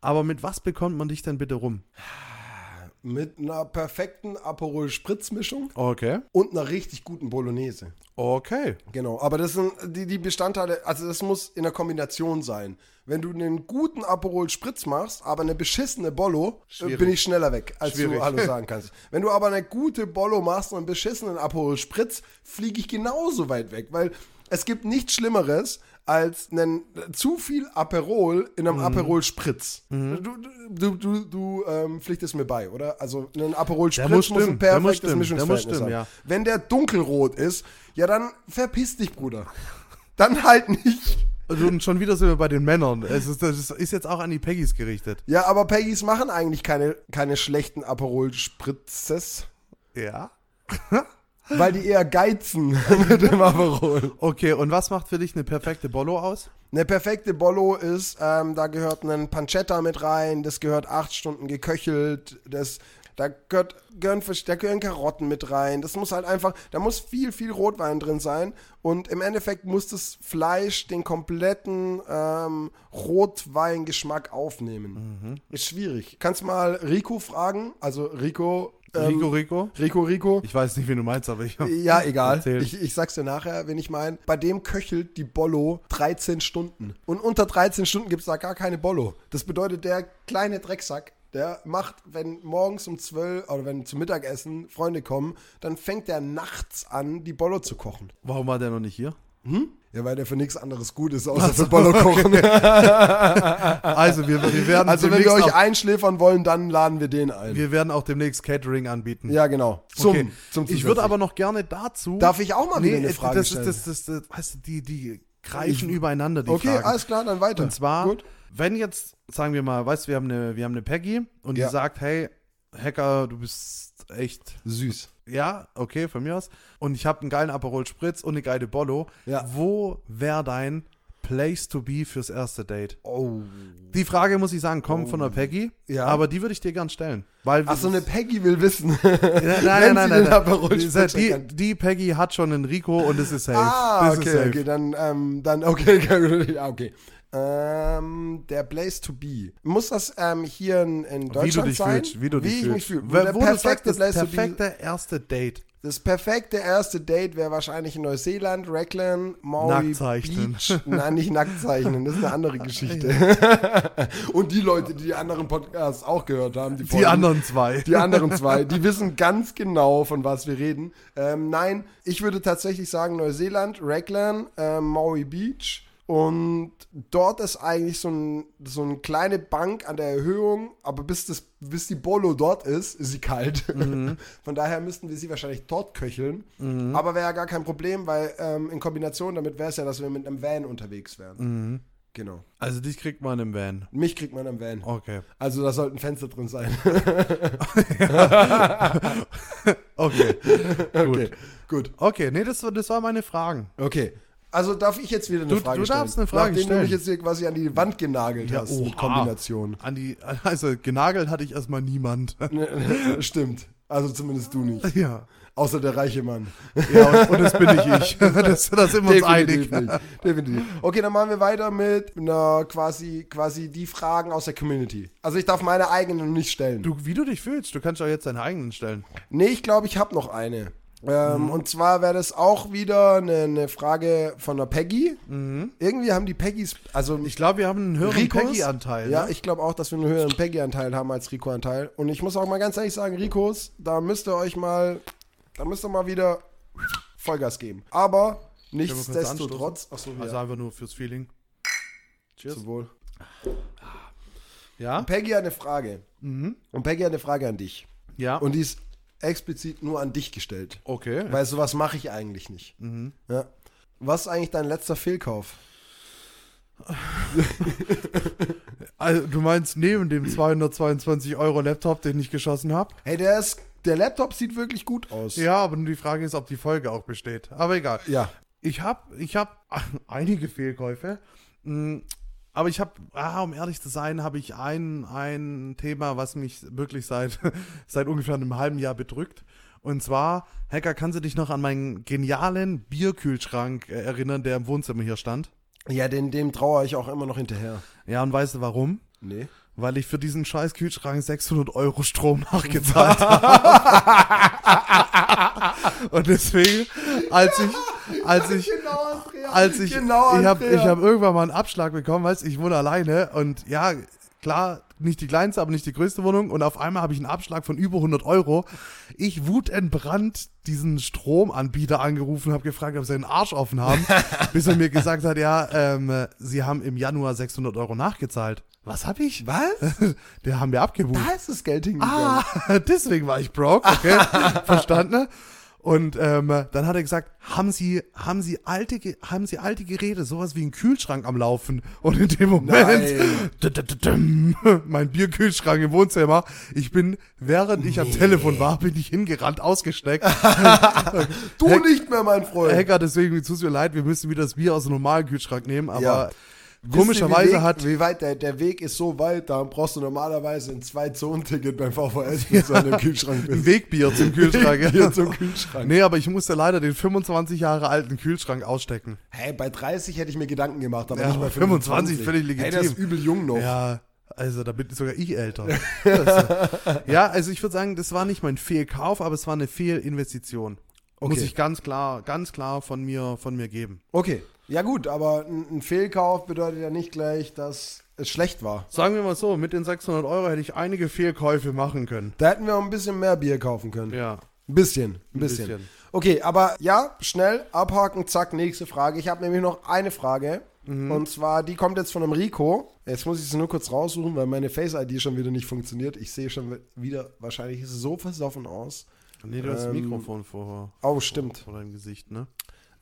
S2: Aber mit was bekommt man dich denn bitte rum?
S3: mit einer perfekten Aperol-Spritz-Mischung
S2: Okay.
S3: und einer richtig guten Bolognese.
S2: Okay.
S3: Genau, aber das sind die, die Bestandteile, also das muss in der Kombination sein. Wenn du einen guten Aperol Spritz machst, aber eine beschissene Bollo, äh, bin ich schneller weg, als
S2: Schwierig.
S3: du Hallo sagen kannst. Wenn du aber eine gute Bollo machst und einen beschissenen Aperol Spritz, fliege ich genauso weit weg, weil es gibt nichts Schlimmeres als einen, äh, zu viel Aperol in einem Aperol-Spritz. Du, du, du, du ähm, pflichtest mir bei, oder? Also einen Aperol-Spritz
S2: Der muss
S3: muss, ein
S2: stimmen, der muss
S3: perfektes
S2: stimmen, der muss
S3: Mischungsverhältnis
S2: stimmen,
S3: haben.
S2: ja.
S3: Wenn der dunkelrot ist, ja dann verpiss dich, Bruder. Dann halt nicht.
S2: Also, Und schon wieder sind wir bei den Männern. Es ist, das ist jetzt auch an die Peggys gerichtet.
S3: Ja, aber Peggys machen eigentlich keine, keine schlechten Aperol-Spritzes,
S2: Ja.
S3: weil die eher geizen mit dem Aperol.
S2: Okay, und was macht für dich eine perfekte Bollo aus?
S3: Eine perfekte Bollo ist, ähm, da gehört ein Pancetta mit rein, das gehört acht Stunden geköchelt, das, da, gehört, gehören, Fisch- da gehören Karotten mit rein. Das muss halt einfach, da muss viel, viel Rotwein drin sein. Und im Endeffekt muss das Fleisch den kompletten ähm, Rotweingeschmack
S2: Mhm.
S3: aufnehmen. Ist schwierig. Kannst mal Rico fragen, also Rico. Ähm,
S2: Rico Rico?
S3: Rico, Rico.
S2: Ich weiß nicht, wen du meinst, aber ich habe
S3: Ja, egal.
S2: Erzähl.
S3: Ich, ich sag's dir nachher, wen ich meine. Bei dem köchelt die Bollo 13 Stunden. Und unter 13 Stunden gibt's da gar keine Bollo. Das bedeutet, der kleine Drecksack, der macht, wenn morgens um 12 oder wenn zum Mittagessen Freunde kommen, dann fängt der nachts an, die Bollo zu kochen.
S2: Warum war der noch nicht hier?
S3: Ja, weil der für nichts anderes gut ist, außer für Bollo kochen.
S2: Also, wir, wir werden
S3: Äh, Also wenn wir
S2: demnächst
S3: euch
S2: auch,
S3: einschläfern wollen, dann laden wir den ein.
S2: wir werden auch demnächst Catering anbieten.
S3: ja, genau. Zum,
S2: Okay.
S3: zum
S2: ich würde aber noch gerne dazu.
S3: Darf ich auch mal wieder eine
S2: äh,
S3: Frage
S2: das
S3: stellen?
S2: Ist, das, das, das, weißt du, die, die greifen übereinander, die
S3: okay,
S2: Fragen.
S3: alles klar, dann weiter.
S2: Und zwar,
S3: Gut.
S2: wenn jetzt, sagen wir mal, weißt du, wir haben eine, wir haben eine Peggy und
S3: Ja.
S2: die sagt, hey, Hacker, du bist echt
S3: süß.
S2: Ja, okay, von mir aus. Und ich habe einen geilen Aperol Spritz und eine geile Bollo.
S3: Ja.
S2: Wo wäre dein Place to be fürs erste Date?
S3: Oh.
S2: Die Frage, muss ich sagen, kommt von der Peggy.
S3: Ja.
S2: Aber die würde ich dir gern stellen. Weil
S3: Ach so, eine Peggy will wissen.
S2: Nein,
S3: wenn
S2: nein,
S3: sie
S2: nein.
S3: den
S2: nein,
S3: Aperol
S2: nein.
S3: Spritz
S2: Die,
S3: erkannt.
S2: die Peggy hat schon einen Rico und es ist safe.
S3: Ah,
S2: das
S3: okay,
S2: ist safe.
S3: okay, dann, ähm, dann, okay, okay, ja, okay. Ähm, der Place to be. Muss das ähm, hier in, in
S2: Wie
S3: Deutschland
S2: du dich
S3: sein?
S2: fühlst, wie du dich
S3: ich
S2: fühlst.
S3: mich fühle.
S2: Wo,
S3: Der
S2: wo du sagst,
S3: perfekte
S2: das
S3: Place to be.
S2: perfekte erste Date.
S3: Das perfekte erste Date wäre wahrscheinlich in Neuseeland, Raglan, Maui
S2: Nackt zeichnen.
S3: Beach. Nein, nicht nackt zeichnen, das ist eine andere Geschichte. Und die Leute, die die anderen Podcasts auch gehört haben, die,
S2: Die
S3: vorhin-
S2: anderen zwei.
S3: Die anderen zwei, die wissen ganz genau, von was wir reden. Ähm, nein, ich würde tatsächlich sagen Neuseeland, Raglan, ähm, Maui Beach. Und dort ist eigentlich so, ein, so eine kleine Bank an der Erhöhung, aber bis, das, bis die Bolo dort ist, ist sie kalt. Von daher müssten wir sie wahrscheinlich dort köcheln. Aber wäre ja gar kein Problem, weil ähm, in Kombination damit wäre es ja, dass wir mit einem Van unterwegs wären. Genau.
S2: also dich kriegt man im Van.
S3: Mich kriegt man im Van.
S2: Okay.
S3: Also da sollten Fenster drin sein.
S2: Okay.
S3: okay, gut.
S2: okay, nee, das, war- das waren meine Fragen.
S3: Okay. Also darf ich jetzt wieder eine
S2: Du-
S3: Frage
S2: du
S3: stellen?
S2: darfst eine Frage
S3: Nachdem du
S2: stellen.
S3: mich jetzt hier quasi an die Wand genagelt hast mit
S2: oha.
S3: Kombination.
S2: An die, also genagelt hatte ich erstmal niemand.
S3: Stimmt. Also zumindest du nicht.
S2: Ja.
S3: Außer der reiche Mann.
S2: ja und, und das bin ich ich. Das, da sind wir uns einig.
S3: nicht. Definitiv. Okay, dann machen wir weiter mit einer quasi, quasi die Fragen aus der Community. Also ich darf meine eigenen nicht stellen.
S2: Du, wie du dich fühlst, du kannst auch jetzt deinen eigenen stellen.
S3: Nee, ich glaube, ich habe noch eine.
S2: Mhm.
S3: Ähm, Und zwar wäre das auch wieder eine, eine Frage von der Peggy.
S2: Mhm.
S3: Irgendwie haben die Peggys, also
S2: Ich glaube, wir haben einen höheren
S3: Ricos?
S2: Peggy-Anteil.
S3: Ja,
S2: ne?
S3: ich glaube auch, dass wir einen höheren Peggy-Anteil haben als Rico-Anteil. Und ich muss auch mal ganz ehrlich sagen, Ricos, da müsst ihr euch mal, da müsst ihr mal wieder Vollgas geben. Aber
S2: kurz
S3: nichtsdestotrotz, achso, ja,
S2: Also einfach nur fürs Feeling.
S3: zum Wohl.
S2: Ja?
S3: Peggy hat eine Frage.
S2: Mhm.
S3: Und Peggy hat eine Frage an dich.
S2: Ja.
S3: Und die ist explizit nur an dich gestellt.
S2: okay.
S3: Weil sowas mache ich eigentlich nicht.
S2: Mhm.
S3: Ja. Was ist eigentlich dein letzter Fehlkauf?
S2: Also, du meinst neben dem 222 Euro Laptop, den ich geschossen habe?
S3: Hey, der ist, der Laptop sieht wirklich gut aus.
S2: Ja, aber nur die Frage ist, ob die Folge auch besteht. Aber egal.
S3: Ja.
S2: Ich habe ich hab einige Fehlkäufe. Mm, Aber ich habe, ah, um ehrlich zu sein, habe ich ein, ein Thema, was mich wirklich seit, seit ungefähr einem halben Jahr bedrückt. Und zwar, Hacker, kannst du dich noch an meinen genialen Bierkühlschrank äh, erinnern, der im Wohnzimmer hier stand?
S3: Ja, den, dem trauere ich auch immer noch hinterher.
S2: Ja, und weißt du warum?
S3: Nee.
S2: Weil ich für diesen scheiß Kühlschrank 600 Euro Strom nachgezahlt habe. und deswegen, als ich, als ich,
S3: Genau, Andrea.
S2: als ich,
S3: Genau,
S2: ich habe
S3: Andrea.
S2: ich hab irgendwann mal einen Abschlag bekommen, weißt ich wohne alleine und ja, klar, nicht die kleinste, aber nicht die größte Wohnung und auf einmal habe ich einen Abschlag von über 100 Euro. Ich wutentbrannt diesen Stromanbieter angerufen, habe gefragt, ob sie einen Arsch offen haben, bis er mir gesagt hat, ja, ähm, sie haben im Januar 600 Euro nachgezahlt. Was habe ich?
S3: Was?
S2: Der haben wir abgebucht.
S3: Da ist das Geld hingegangen.
S2: Ah, deswegen war ich broke, okay, verstanden. Und ähm, dann hat er gesagt, haben Sie, haben Sie alte, Ge- haben Sie alte Geräte, sowas wie einen Kühlschrank am Laufen? Und in dem Moment,
S3: Nein.
S2: dü-dü-dü-düm, mein Bierkühlschrank im Wohnzimmer. Ich bin, während ich am Telefon war, bin ich hingerannt, ausgesteckt.
S3: Du nicht mehr, mein Freund.
S2: Hacker, deswegen tut es mir leid, wir müssen wieder das Bier aus dem normalen Kühlschrank nehmen. Aber
S3: Ja. Wisst ihr, wie
S2: komischerweise
S3: Weg,
S2: hat
S3: Wie weit der, der Weg ist so weit, da brauchst du normalerweise ein zwei zonen ticket beim VVS, wenn du an dem Kühlschrank
S2: ein
S3: bist.
S2: Wegbier zum Kühlschrank.
S3: Hier zum Kühlschrank.
S2: Nee, aber ich musste leider den 25 Jahre alten Kühlschrank ausstecken.
S3: Hey, bei 30 hätte ich mir Gedanken gemacht, aber
S2: Ja,
S3: nicht bei
S2: aber 25,
S3: 25.
S2: völlig
S3: Hey, der ist
S2: legitim.
S3: übel jung noch.
S2: Ja, also da bin sogar ich älter. also, ja, also ich würde sagen, das war nicht mein Fehlkauf, aber es war eine Fehlinvestition.
S3: Okay.
S2: Muss ich ganz klar, ganz klar von mir, von mir geben.
S3: Okay. Ja gut, aber ein, ein Fehlkauf bedeutet ja nicht gleich, dass es schlecht war.
S2: Sagen wir mal so, mit den 600 Euro hätte ich einige Fehlkäufe machen können.
S3: Da hätten wir auch ein bisschen mehr Bier kaufen können.
S2: Ja.
S3: Ein bisschen, ein bisschen.
S2: bisschen.
S3: Okay, aber ja, schnell abhaken, zack, nächste Frage. Ich habe nämlich noch eine Frage. Und zwar, die kommt jetzt von einem Rico. Jetzt muss ich sie nur kurz raussuchen, weil meine Face-ID schon wieder nicht funktioniert. Ich sehe schon wieder wahrscheinlich so versoffen aus.
S2: Nee, du hast das
S3: Ähm,
S2: Mikrofon vor,
S3: Oh, stimmt.
S2: vor deinem Gesicht, ne?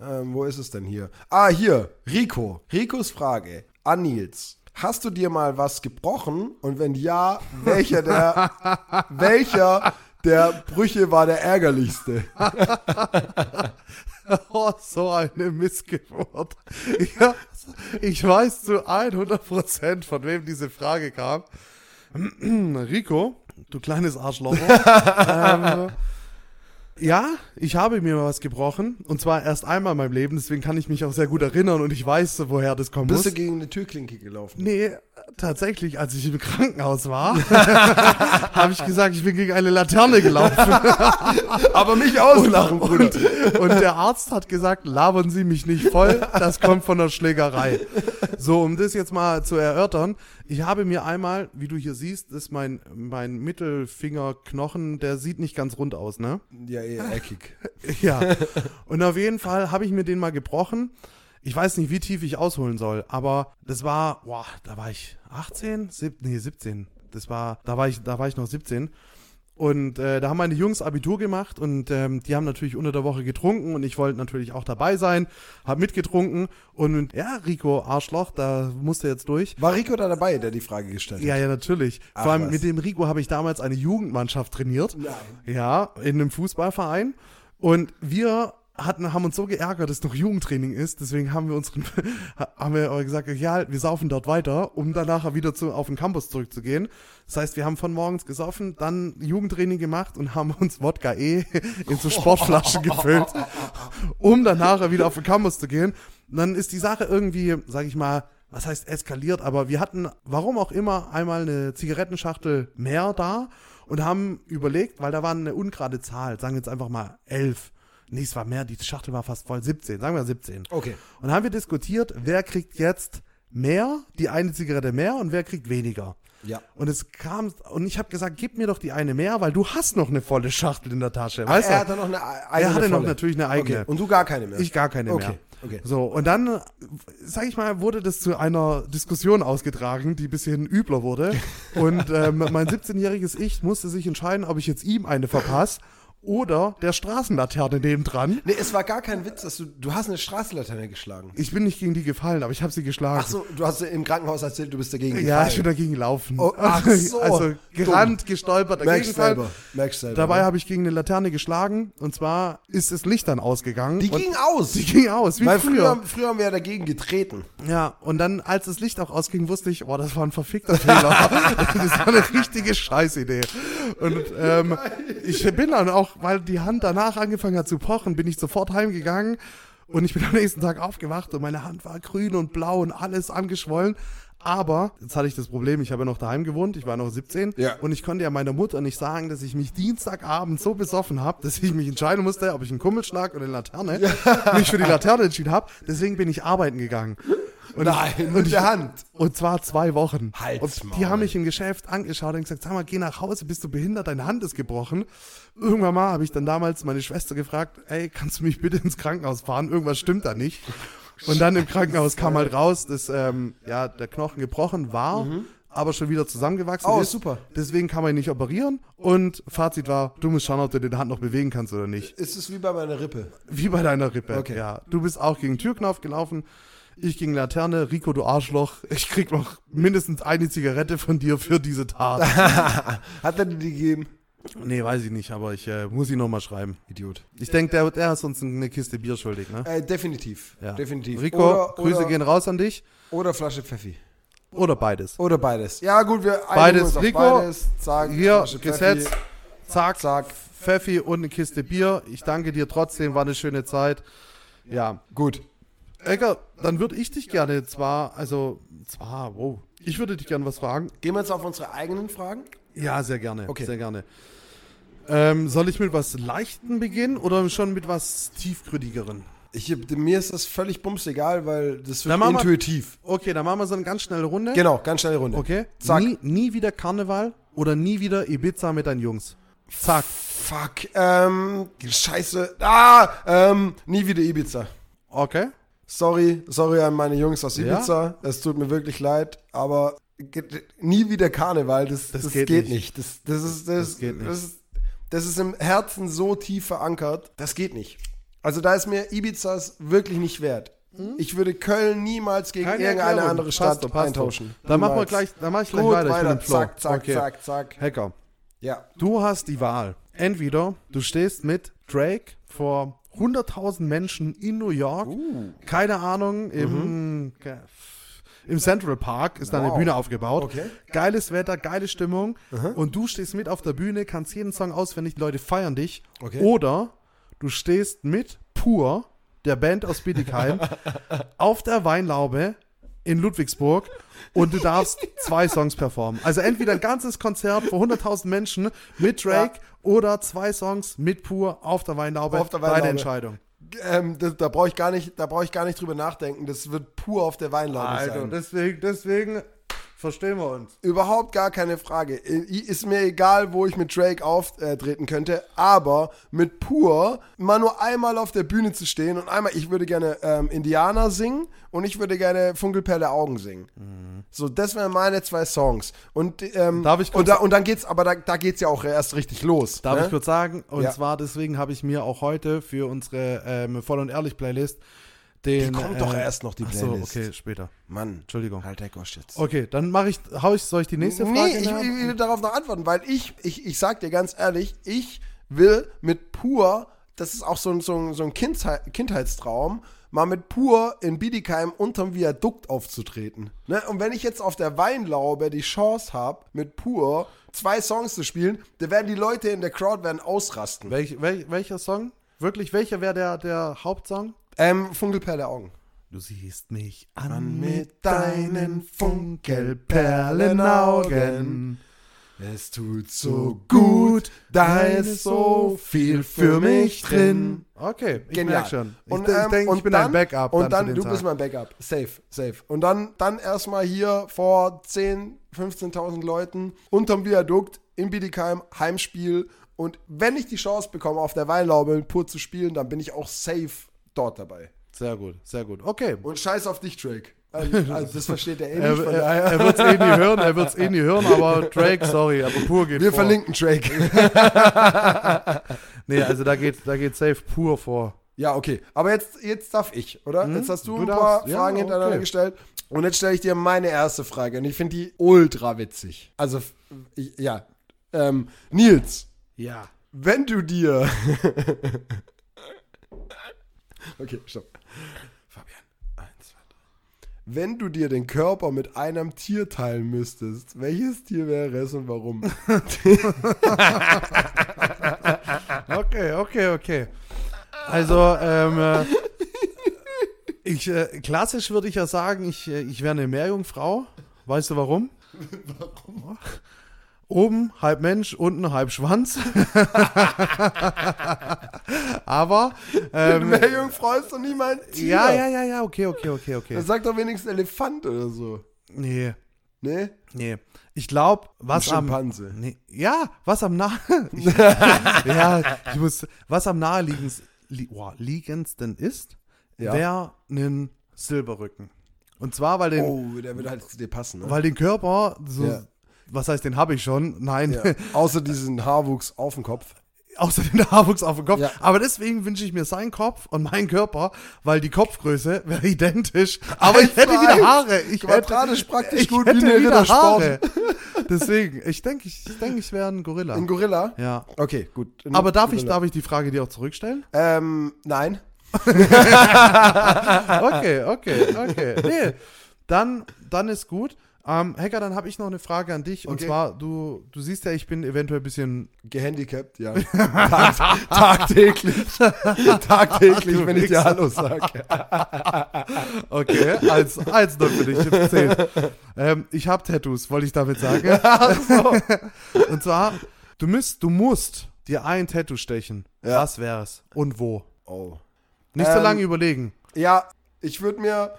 S3: Ähm, wo ist es denn hier? Ah, hier, Rico. Ricos Frage an Nils. Hast du dir mal was gebrochen? Und wenn ja, welcher der, welcher der Brüche war der ärgerlichste?
S2: Oh, so eine Missgeburt. Ja, ich weiß zu 100% von wem diese Frage kam. Rico, du kleines Arschloch. ähm, ja, ich habe mir mal was gebrochen. Und zwar erst einmal in meinem Leben. Deswegen kann ich mich auch sehr gut erinnern und ich weiß, woher das kommen
S3: Bist
S2: muss.
S3: du gegen eine Türklinke gelaufen?
S2: Nee, tatsächlich, als ich im Krankenhaus war, habe ich gesagt, ich bin gegen eine Laterne gelaufen.
S3: Aber mich auslachen, Bruder.
S2: Und der Arzt hat gesagt, labern Sie mich nicht voll, das kommt von der Schlägerei. So, um das jetzt mal zu erörtern, ich habe mir einmal, wie du hier siehst, ist mein, mein Mittelfingerknochen, der sieht nicht ganz rund aus, ne?
S3: Ja, eher eckig.
S2: Ja. Und auf jeden Fall habe ich mir den mal gebrochen. Ich weiß nicht, wie tief ich ausholen soll, aber das war, boah, da war ich 18, sieb, nee, 17. Das war, da war ich, da war ich noch 17. Und äh, da haben meine Jungs Abitur gemacht und ähm, die haben natürlich unter der Woche getrunken und ich wollte natürlich auch dabei sein, hab mitgetrunken und ja, Rico Arschloch, da musste jetzt durch.
S3: War Rico da dabei, der die Frage gestellt hat?
S2: Ja, ja, natürlich.
S3: Ach,
S2: Vor allem
S3: was.
S2: mit dem Rico habe ich damals eine Jugendmannschaft trainiert.
S3: Nein.
S2: Ja, in einem Fußballverein. Und wir hatten, haben uns so geärgert, dass noch Jugendtraining ist. Deswegen haben wir unseren, haben wir aber gesagt, ja, wir saufen dort weiter, um danach wieder zu, auf den Campus zurückzugehen. Das heißt, wir haben von morgens gesoffen, dann Jugendtraining gemacht und haben uns Wodka E in so Sportflaschen gefüllt, um danach wieder auf den Campus zu gehen. Und dann ist die Sache irgendwie, sag ich mal, was heißt eskaliert, aber wir hatten, warum auch immer, einmal eine Zigarettenschachtel mehr da und haben überlegt, weil da war eine ungerade Zahl, sagen wir jetzt einfach mal elf. Nee, es war mehr, die Schachtel war fast voll, 17, sagen wir 17.
S3: Okay.
S2: Und dann haben wir diskutiert, wer kriegt jetzt mehr, die eine Zigarette mehr und wer kriegt weniger.
S3: Ja.
S2: Und es kam, und ich habe gesagt, gib mir doch die eine mehr, weil du hast noch eine volle Schachtel in der Tasche.
S3: Ah,
S2: weißt
S3: er
S2: du?
S3: hatte noch eine eigene.
S2: Er hatte noch
S3: volle.
S2: natürlich eine eigene.
S3: Okay. Und du gar keine mehr.
S2: Ich gar keine
S3: ne? okay.
S2: mehr.
S3: Okay.
S2: So, und dann, äh, sag ich mal, wurde das zu einer Diskussion ausgetragen, die ein bisschen übler wurde. Und ähm, mein 17-jähriges Ich musste sich entscheiden, ob ich jetzt ihm eine verpasse oder der Straßenlaterne nebendran.
S3: Nee, es war gar kein Witz, dass du, du hast eine Straßenlaterne geschlagen.
S2: Ich bin nicht gegen die gefallen, aber ich habe sie geschlagen.
S3: Ach so, du hast im Krankenhaus erzählt, du bist dagegen
S2: ja,
S3: gefallen.
S2: ich bin dagegen gelaufen.
S3: Oh, ach so.
S2: Also gerannt, gestolpert, dagegen
S3: Merkst
S2: gefallen.
S3: selber. Merkst selber.
S2: Dabei
S3: ne?
S2: habe ich gegen eine Laterne geschlagen und zwar ist das Licht dann ausgegangen.
S3: Die
S2: und
S3: ging aus.
S2: die ging aus, wie
S3: Weil
S2: früher.
S3: früher, früher haben wir ja dagegen getreten.
S2: Ja, und dann, als das Licht auch ausging, wusste ich, oh, das war ein verfickter Fehler. das war eine richtige Scheißidee. Und ähm, ich bin dann auch, weil die Hand danach angefangen hat zu pochen, bin ich sofort heimgegangen und ich bin am nächsten Tag aufgewacht und meine Hand war grün und blau und alles angeschwollen. Aber jetzt hatte ich das Problem, ich habe ja noch daheim gewohnt, ich war noch 17
S3: Ja.
S2: und ich konnte ja meiner Mutter nicht sagen, dass ich mich Dienstagabend so besoffen habe, dass ich mich entscheiden musste, ob ich einen Kummelschlag oder eine Laterne, mich für die Laterne entschieden habe. Deswegen bin ich arbeiten gegangen. Und
S3: Nein,
S2: und
S3: mit der Hand.
S2: Und zwar zwei Wochen.
S3: Halt's
S2: und die
S3: Maul.
S2: haben mich im Geschäft angeschaut und gesagt, sag mal, geh nach Hause, bist du behindert, deine Hand ist gebrochen. Irgendwann mal habe ich dann damals meine Schwester gefragt, ey, kannst du mich bitte ins Krankenhaus fahren? Irgendwas stimmt da nicht. Und dann im Krankenhaus kam halt raus, dass ähm, ja, der Knochen gebrochen war, aber schon wieder zusammengewachsen
S3: Mhm. Oh,
S2: ist.
S3: super.
S2: Deswegen kann man ihn nicht operieren. Und Fazit war, du musst schauen, ob du deine Hand noch bewegen kannst oder nicht.
S3: Es ist wie bei meiner Rippe.
S2: Wie bei deiner Rippe.
S3: Okay.
S2: Ja. Du bist auch gegen Türknauf gelaufen. Ich gegen Laterne. Rico, du Arschloch. Ich krieg noch mindestens eine Zigarette von dir für diese Tat.
S3: Hat er dir die gegeben?
S2: nee, weiß ich nicht, aber ich äh, muss ihn nochmal schreiben.
S3: Idiot.
S2: Ich denke, der, der ist uns eine Kiste Bier schuldig, ne?
S3: Äh, definitiv.
S2: Ja.
S3: Definitiv.
S2: Rico,
S3: Oder-
S2: Grüße
S3: oder,
S2: gehen raus an dich.
S3: Oder Flasche Pfeffi.
S2: Oder beides.
S3: Oder beides. Ja, gut, wir einigen
S2: Beides.
S3: uns auf
S2: Rico,
S3: beides. Zack,
S2: Hier,
S3: Flasche
S2: Gesetz.
S3: Pfeffi.
S2: Zack,
S3: Zack.
S2: Pfeffi und eine Kiste Bier. Ich danke dir trotzdem, war eine schöne Zeit. Ja.
S3: Gut.
S2: Egger, dann würde ich dich gerne zwar, also zwar, wow. Ich würde dich gerne was fragen.
S3: Gehen wir jetzt auf unsere eigenen Fragen?
S2: Ja, sehr gerne.
S3: Okay.
S2: Sehr gerne. Ähm, soll ich mit was Leichten beginnen oder schon mit was Tiefgründigeren?
S3: Ich, mir ist das völlig bums egal, weil das
S2: Dann
S3: wird
S2: machen wir-
S3: intuitiv.
S2: Okay, dann machen wir so eine ganz schnelle Runde.
S3: Genau, ganz schnelle Runde.
S2: Okay.
S3: Zack.
S2: Nie, nie wieder Karneval oder nie wieder Ibiza mit deinen Jungs. Zack.
S3: Fuck. Ähm, scheiße. Ah, ähm, nie wieder Ibiza.
S2: Okay.
S3: Sorry, sorry an meine Jungs aus
S2: Ja?
S3: Ibiza. Es tut mir wirklich leid, aber ge- ge- nie wieder Karneval, das, das, geht, nicht. Das, das, ist, das, das
S2: geht nicht.
S3: Das ist, das ist im Herzen so tief verankert, das geht nicht. Also da ist mir Ibizas wirklich nicht wert. Ich würde Köln niemals gegen irgendeine
S2: Hm? Erklärung.
S3: andere
S2: Passt
S3: Stadt
S2: doch, passt doch.
S3: eintauschen.
S2: Dann machen wir
S3: Niemals.
S2: gleich, dann mach ich gleich
S3: Gut,
S2: weiter. Ich bin
S3: weiter.
S2: im Flow.
S3: Zack, zack,
S2: Okay.
S3: zack, zack.
S2: Hacker,
S3: Ja.
S2: du hast die Wahl. Entweder du stehst mit Drake vor 100.000 Menschen in New York.
S3: Uh.
S2: Keine Ahnung, im, ke- im Central Park ist da eine
S3: Mhm. Wow.
S2: Bühne aufgebaut.
S3: Okay.
S2: Geiles Wetter, geile Stimmung. Und du stehst mit auf der Bühne, kannst jeden Song auswendig, die Leute feiern dich.
S3: Okay.
S2: Oder du stehst mit Pur, der Band aus Bietigheim, auf der Weinlaube in Ludwigsburg und du darfst zwei Songs performen. Also entweder ein ganzes Konzert vor 100.000 Menschen mit Drake oder zwei Songs mit Pur auf der Weinlaube.
S3: Auf der
S2: Deine
S3: Weinlaube.
S2: Entscheidung.
S3: Ähm, das, da brauche ich gar nicht, da brauche ich gar nicht drüber nachdenken. Das wird pur auf der Weinlaube sein.
S2: deswegen, deswegen verstehen wir uns.
S3: Überhaupt gar keine Frage. I- Ist mir egal, wo ich mit Drake auftreten könnte, aber mit pur mal nur einmal auf der Bühne zu stehen und einmal, ich würde gerne ähm, Indianer singen und ich würde gerne Funkelperle Augen singen. So, das wären meine zwei Songs. Und ähm,
S2: Mhm. Darf ich kurz-
S3: und, da, und dann geht's, aber da, da geht's ja auch erst richtig los.
S2: Darf
S3: ne?
S2: ich kurz sagen? Und
S3: Ja.
S2: zwar deswegen habe ich mir auch heute für unsere ähm, Voll- und Ehrlich-Playlist den... äh,
S3: Die kommt doch erst noch, die
S2: ach so,
S3: Playlist.
S2: okay, später.
S3: Mann,
S2: Entschuldigung.
S3: halt der Gosch jetzt.
S2: Okay, dann mache ich, hau ich, soll ich die nächste Frage
S3: Nee, ich, ich
S2: hinhaben?
S3: will darauf noch antworten, weil ich, ich, ich sag dir ganz ehrlich, ich will mit Pur, das ist auch so ein, so ein, so ein Kindheit, Kindheitstraum, mal mit Pur in Bietigheim unterm Viadukt aufzutreten. Ne? Und wenn ich jetzt auf der Weinlaube die Chance habe, mit Pur zwei Songs zu spielen, dann werden die Leute in der Crowd werden ausrasten.
S2: Welch, wel, welcher Song? Wirklich, welcher wäre der, der Hauptsong?
S3: Ähm, Funkelperle Augen.
S2: Du siehst mich an,
S3: mit deinen Funkelperlenaugen. Es tut so gut, da ist so viel für mich drin.
S2: Okay, ich
S3: Genial.
S2: merk schon. Ich,
S3: und,
S2: de-
S3: ähm,
S2: ich denke, ich
S3: und
S2: bin
S3: dann,
S2: ein Backup.
S3: Und dann,
S2: für den
S3: du
S2: Tag.
S3: bist mein Backup. Safe, safe. Und dann, dann erstmal hier vor 10, 15.000 Leuten unterm Viadukt in Bietigheim, Heimspiel. Und wenn ich die Chance bekomme, auf der Weinlaube mit pur zu spielen, dann bin ich auch safe dort dabei.
S2: Sehr gut, sehr gut. Okay.
S3: Und scheiß auf dich, Drake. Also, also, das versteht er eh
S2: Er,
S3: nicht. Von
S2: er,
S3: daher.
S2: er wird es eh nie hören, er wird es eh nie hören, aber Drake, sorry, aber pur geht
S3: Wir
S2: vor.
S3: verlinken Drake.
S2: Nee, also da geht, da geht safe pur vor.
S3: ja, okay. Aber jetzt, jetzt darf ich, oder? Jetzt hast du,
S2: Hm? du
S3: ein paar
S2: darfst. Ja,
S3: Fragen hintereinander
S2: okay.
S3: gestellt. Und jetzt stelle ich dir meine erste Frage. Und ich finde die ultra witzig. Also, f- ich, ja. Ähm, Nils,
S2: Ja.
S3: wenn du dir. okay, stopp. Fabian, eins, zwei, drei. Wenn du dir den Körper mit einem Tier teilen müsstest, welches Tier wäre es und warum?
S2: Okay, okay, okay. Also, ähm, äh, ich, äh, klassisch würde ich ja sagen, ich, äh, ich wäre eine Meerjungfrau. Weißt du warum? Warum? Oben halb Mensch, unten halb Schwanz. Aber, ähm,
S3: Mehr Jungfrau ist doch niemals ein Tier. Also
S2: ja, ja, ja, ja, okay, okay, okay, okay.
S3: Dann sag doch wenigstens Elefant oder so.
S2: Nee,
S3: Ne?
S2: nee. Ich glaube, was am
S3: Schimpanse.
S2: Nee, ja, was am nah ich, ja, ich muss, was am naheliegendsten li boah, liegendsten ist,
S3: Ja.
S2: wäre ein Silberrücken. Und zwar, weil den,
S3: Oh, der würde halt zu dir passen, ne?
S2: weil den Körper so,
S3: Ja.
S2: was heißt, den habe ich schon. Nein,
S3: ja. Außer diesen Haarwuchs auf dem Kopf.
S2: außer den Haarwuchs auf dem Kopf.
S3: Ja.
S2: Aber deswegen wünsche ich mir seinen Kopf und meinen Körper, weil die Kopfgröße wäre identisch. Aber ich hätte wieder
S3: eins.
S2: Haare. Ich hätte,
S3: Quadratisch praktisch
S2: ich
S3: gut wie
S2: hätte
S3: eine
S2: wieder
S3: Rittersport.
S2: Haare. Deswegen, ich denke, ich, ich, denk, ich wäre ein Gorilla.
S3: Ein Gorilla?
S2: ja.
S3: Okay, gut. Ein
S2: Aber darf ich,
S3: Gorilla.
S2: darf ich die Frage dir auch zurückstellen?
S3: Ähm, nein. Ah,
S2: Okay, okay, okay. Nee, dann, dann ist gut. Ähm, Hacker, dann habe ich noch eine Frage an dich. Und
S3: Okay.
S2: zwar, du, du siehst ja, ich bin eventuell ein bisschen.
S3: Gehandicapt, ja. Tag, tagtäglich. tagtäglich, wenn ich dir Hallo sage.
S2: Okay, als, als nur für dich. Zählt. Ähm, ich habe Tattoos, wollte ich damit sagen. Und zwar, du, müsst, du musst dir ein Tattoo stechen.
S3: Ja.
S2: Was wäre es? Und wo?
S3: Oh.
S2: Nicht so
S3: Ähm,
S2: lange überlegen.
S3: Ja, ich würde mir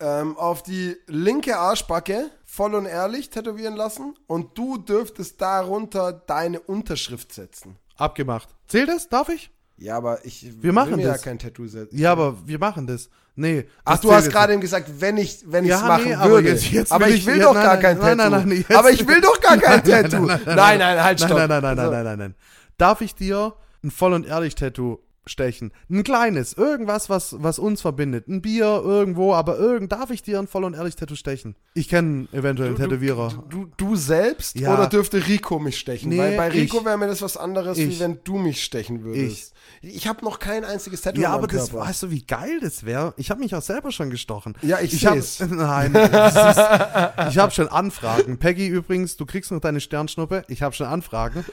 S3: ähm, auf die linke Arschbacke voll und ehrlich tätowieren lassen und du dürftest darunter deine Unterschrift setzen.
S2: Abgemacht. Zählt das? Darf ich?
S3: Ja, aber ich
S2: Wir machen
S3: will mir
S2: das.
S3: ja kein Tattoo setzen.
S2: Ja, aber wir machen das. Nee.
S3: Ach,
S2: das
S3: du
S2: zählt
S3: hast
S2: jetzt
S3: gerade eben gesagt, wenn ich es wenn ich's
S2: Ja,
S3: machen
S2: nee, aber
S3: würde. Aber,
S2: jetzt- jetzt will
S3: ich,
S2: ich-
S3: will
S2: ja,
S3: doch
S2: nein,
S3: gar
S2: nein,
S3: kein
S2: nein,
S3: Tattoo.
S2: nein, nein, jetzt-
S3: aber ich will doch gar kein Tattoo.
S2: nein, nein,
S3: Nein, nein, halt,
S2: nein,
S3: stopp.
S2: Nein, nein, nein,
S3: Also,
S2: nein, nein, nein, nein. Darf ich dir ein voll und ehrlich Tattoo stechen? Ein kleines, irgendwas, was, was uns verbindet. Ein Bier irgendwo, aber irgend darf ich dir ein voll und ehrlich Tattoo stechen? Ich kenne eventuell einen Tätowierer.
S3: Du, du selbst
S2: Ja.
S3: oder dürfte Rico mich stechen?
S2: Nee,
S3: Weil bei
S2: ich.
S3: Rico wäre mir das was anderes,
S2: Ich.
S3: wie wenn du mich stechen würdest. Ich, habe noch kein einziges Tattoo
S2: ja,
S3: in meinem
S2: aber das,
S3: Körper.
S2: weißt du, wie geil das wäre? Ich habe mich auch selber schon gestochen.
S3: Ja, ich
S2: hab-
S3: seh's.
S2: Nein, das ist, ich habe schon Anfragen. Peggy, übrigens, du kriegst noch deine Sternschnuppe. Ich habe schon Anfragen.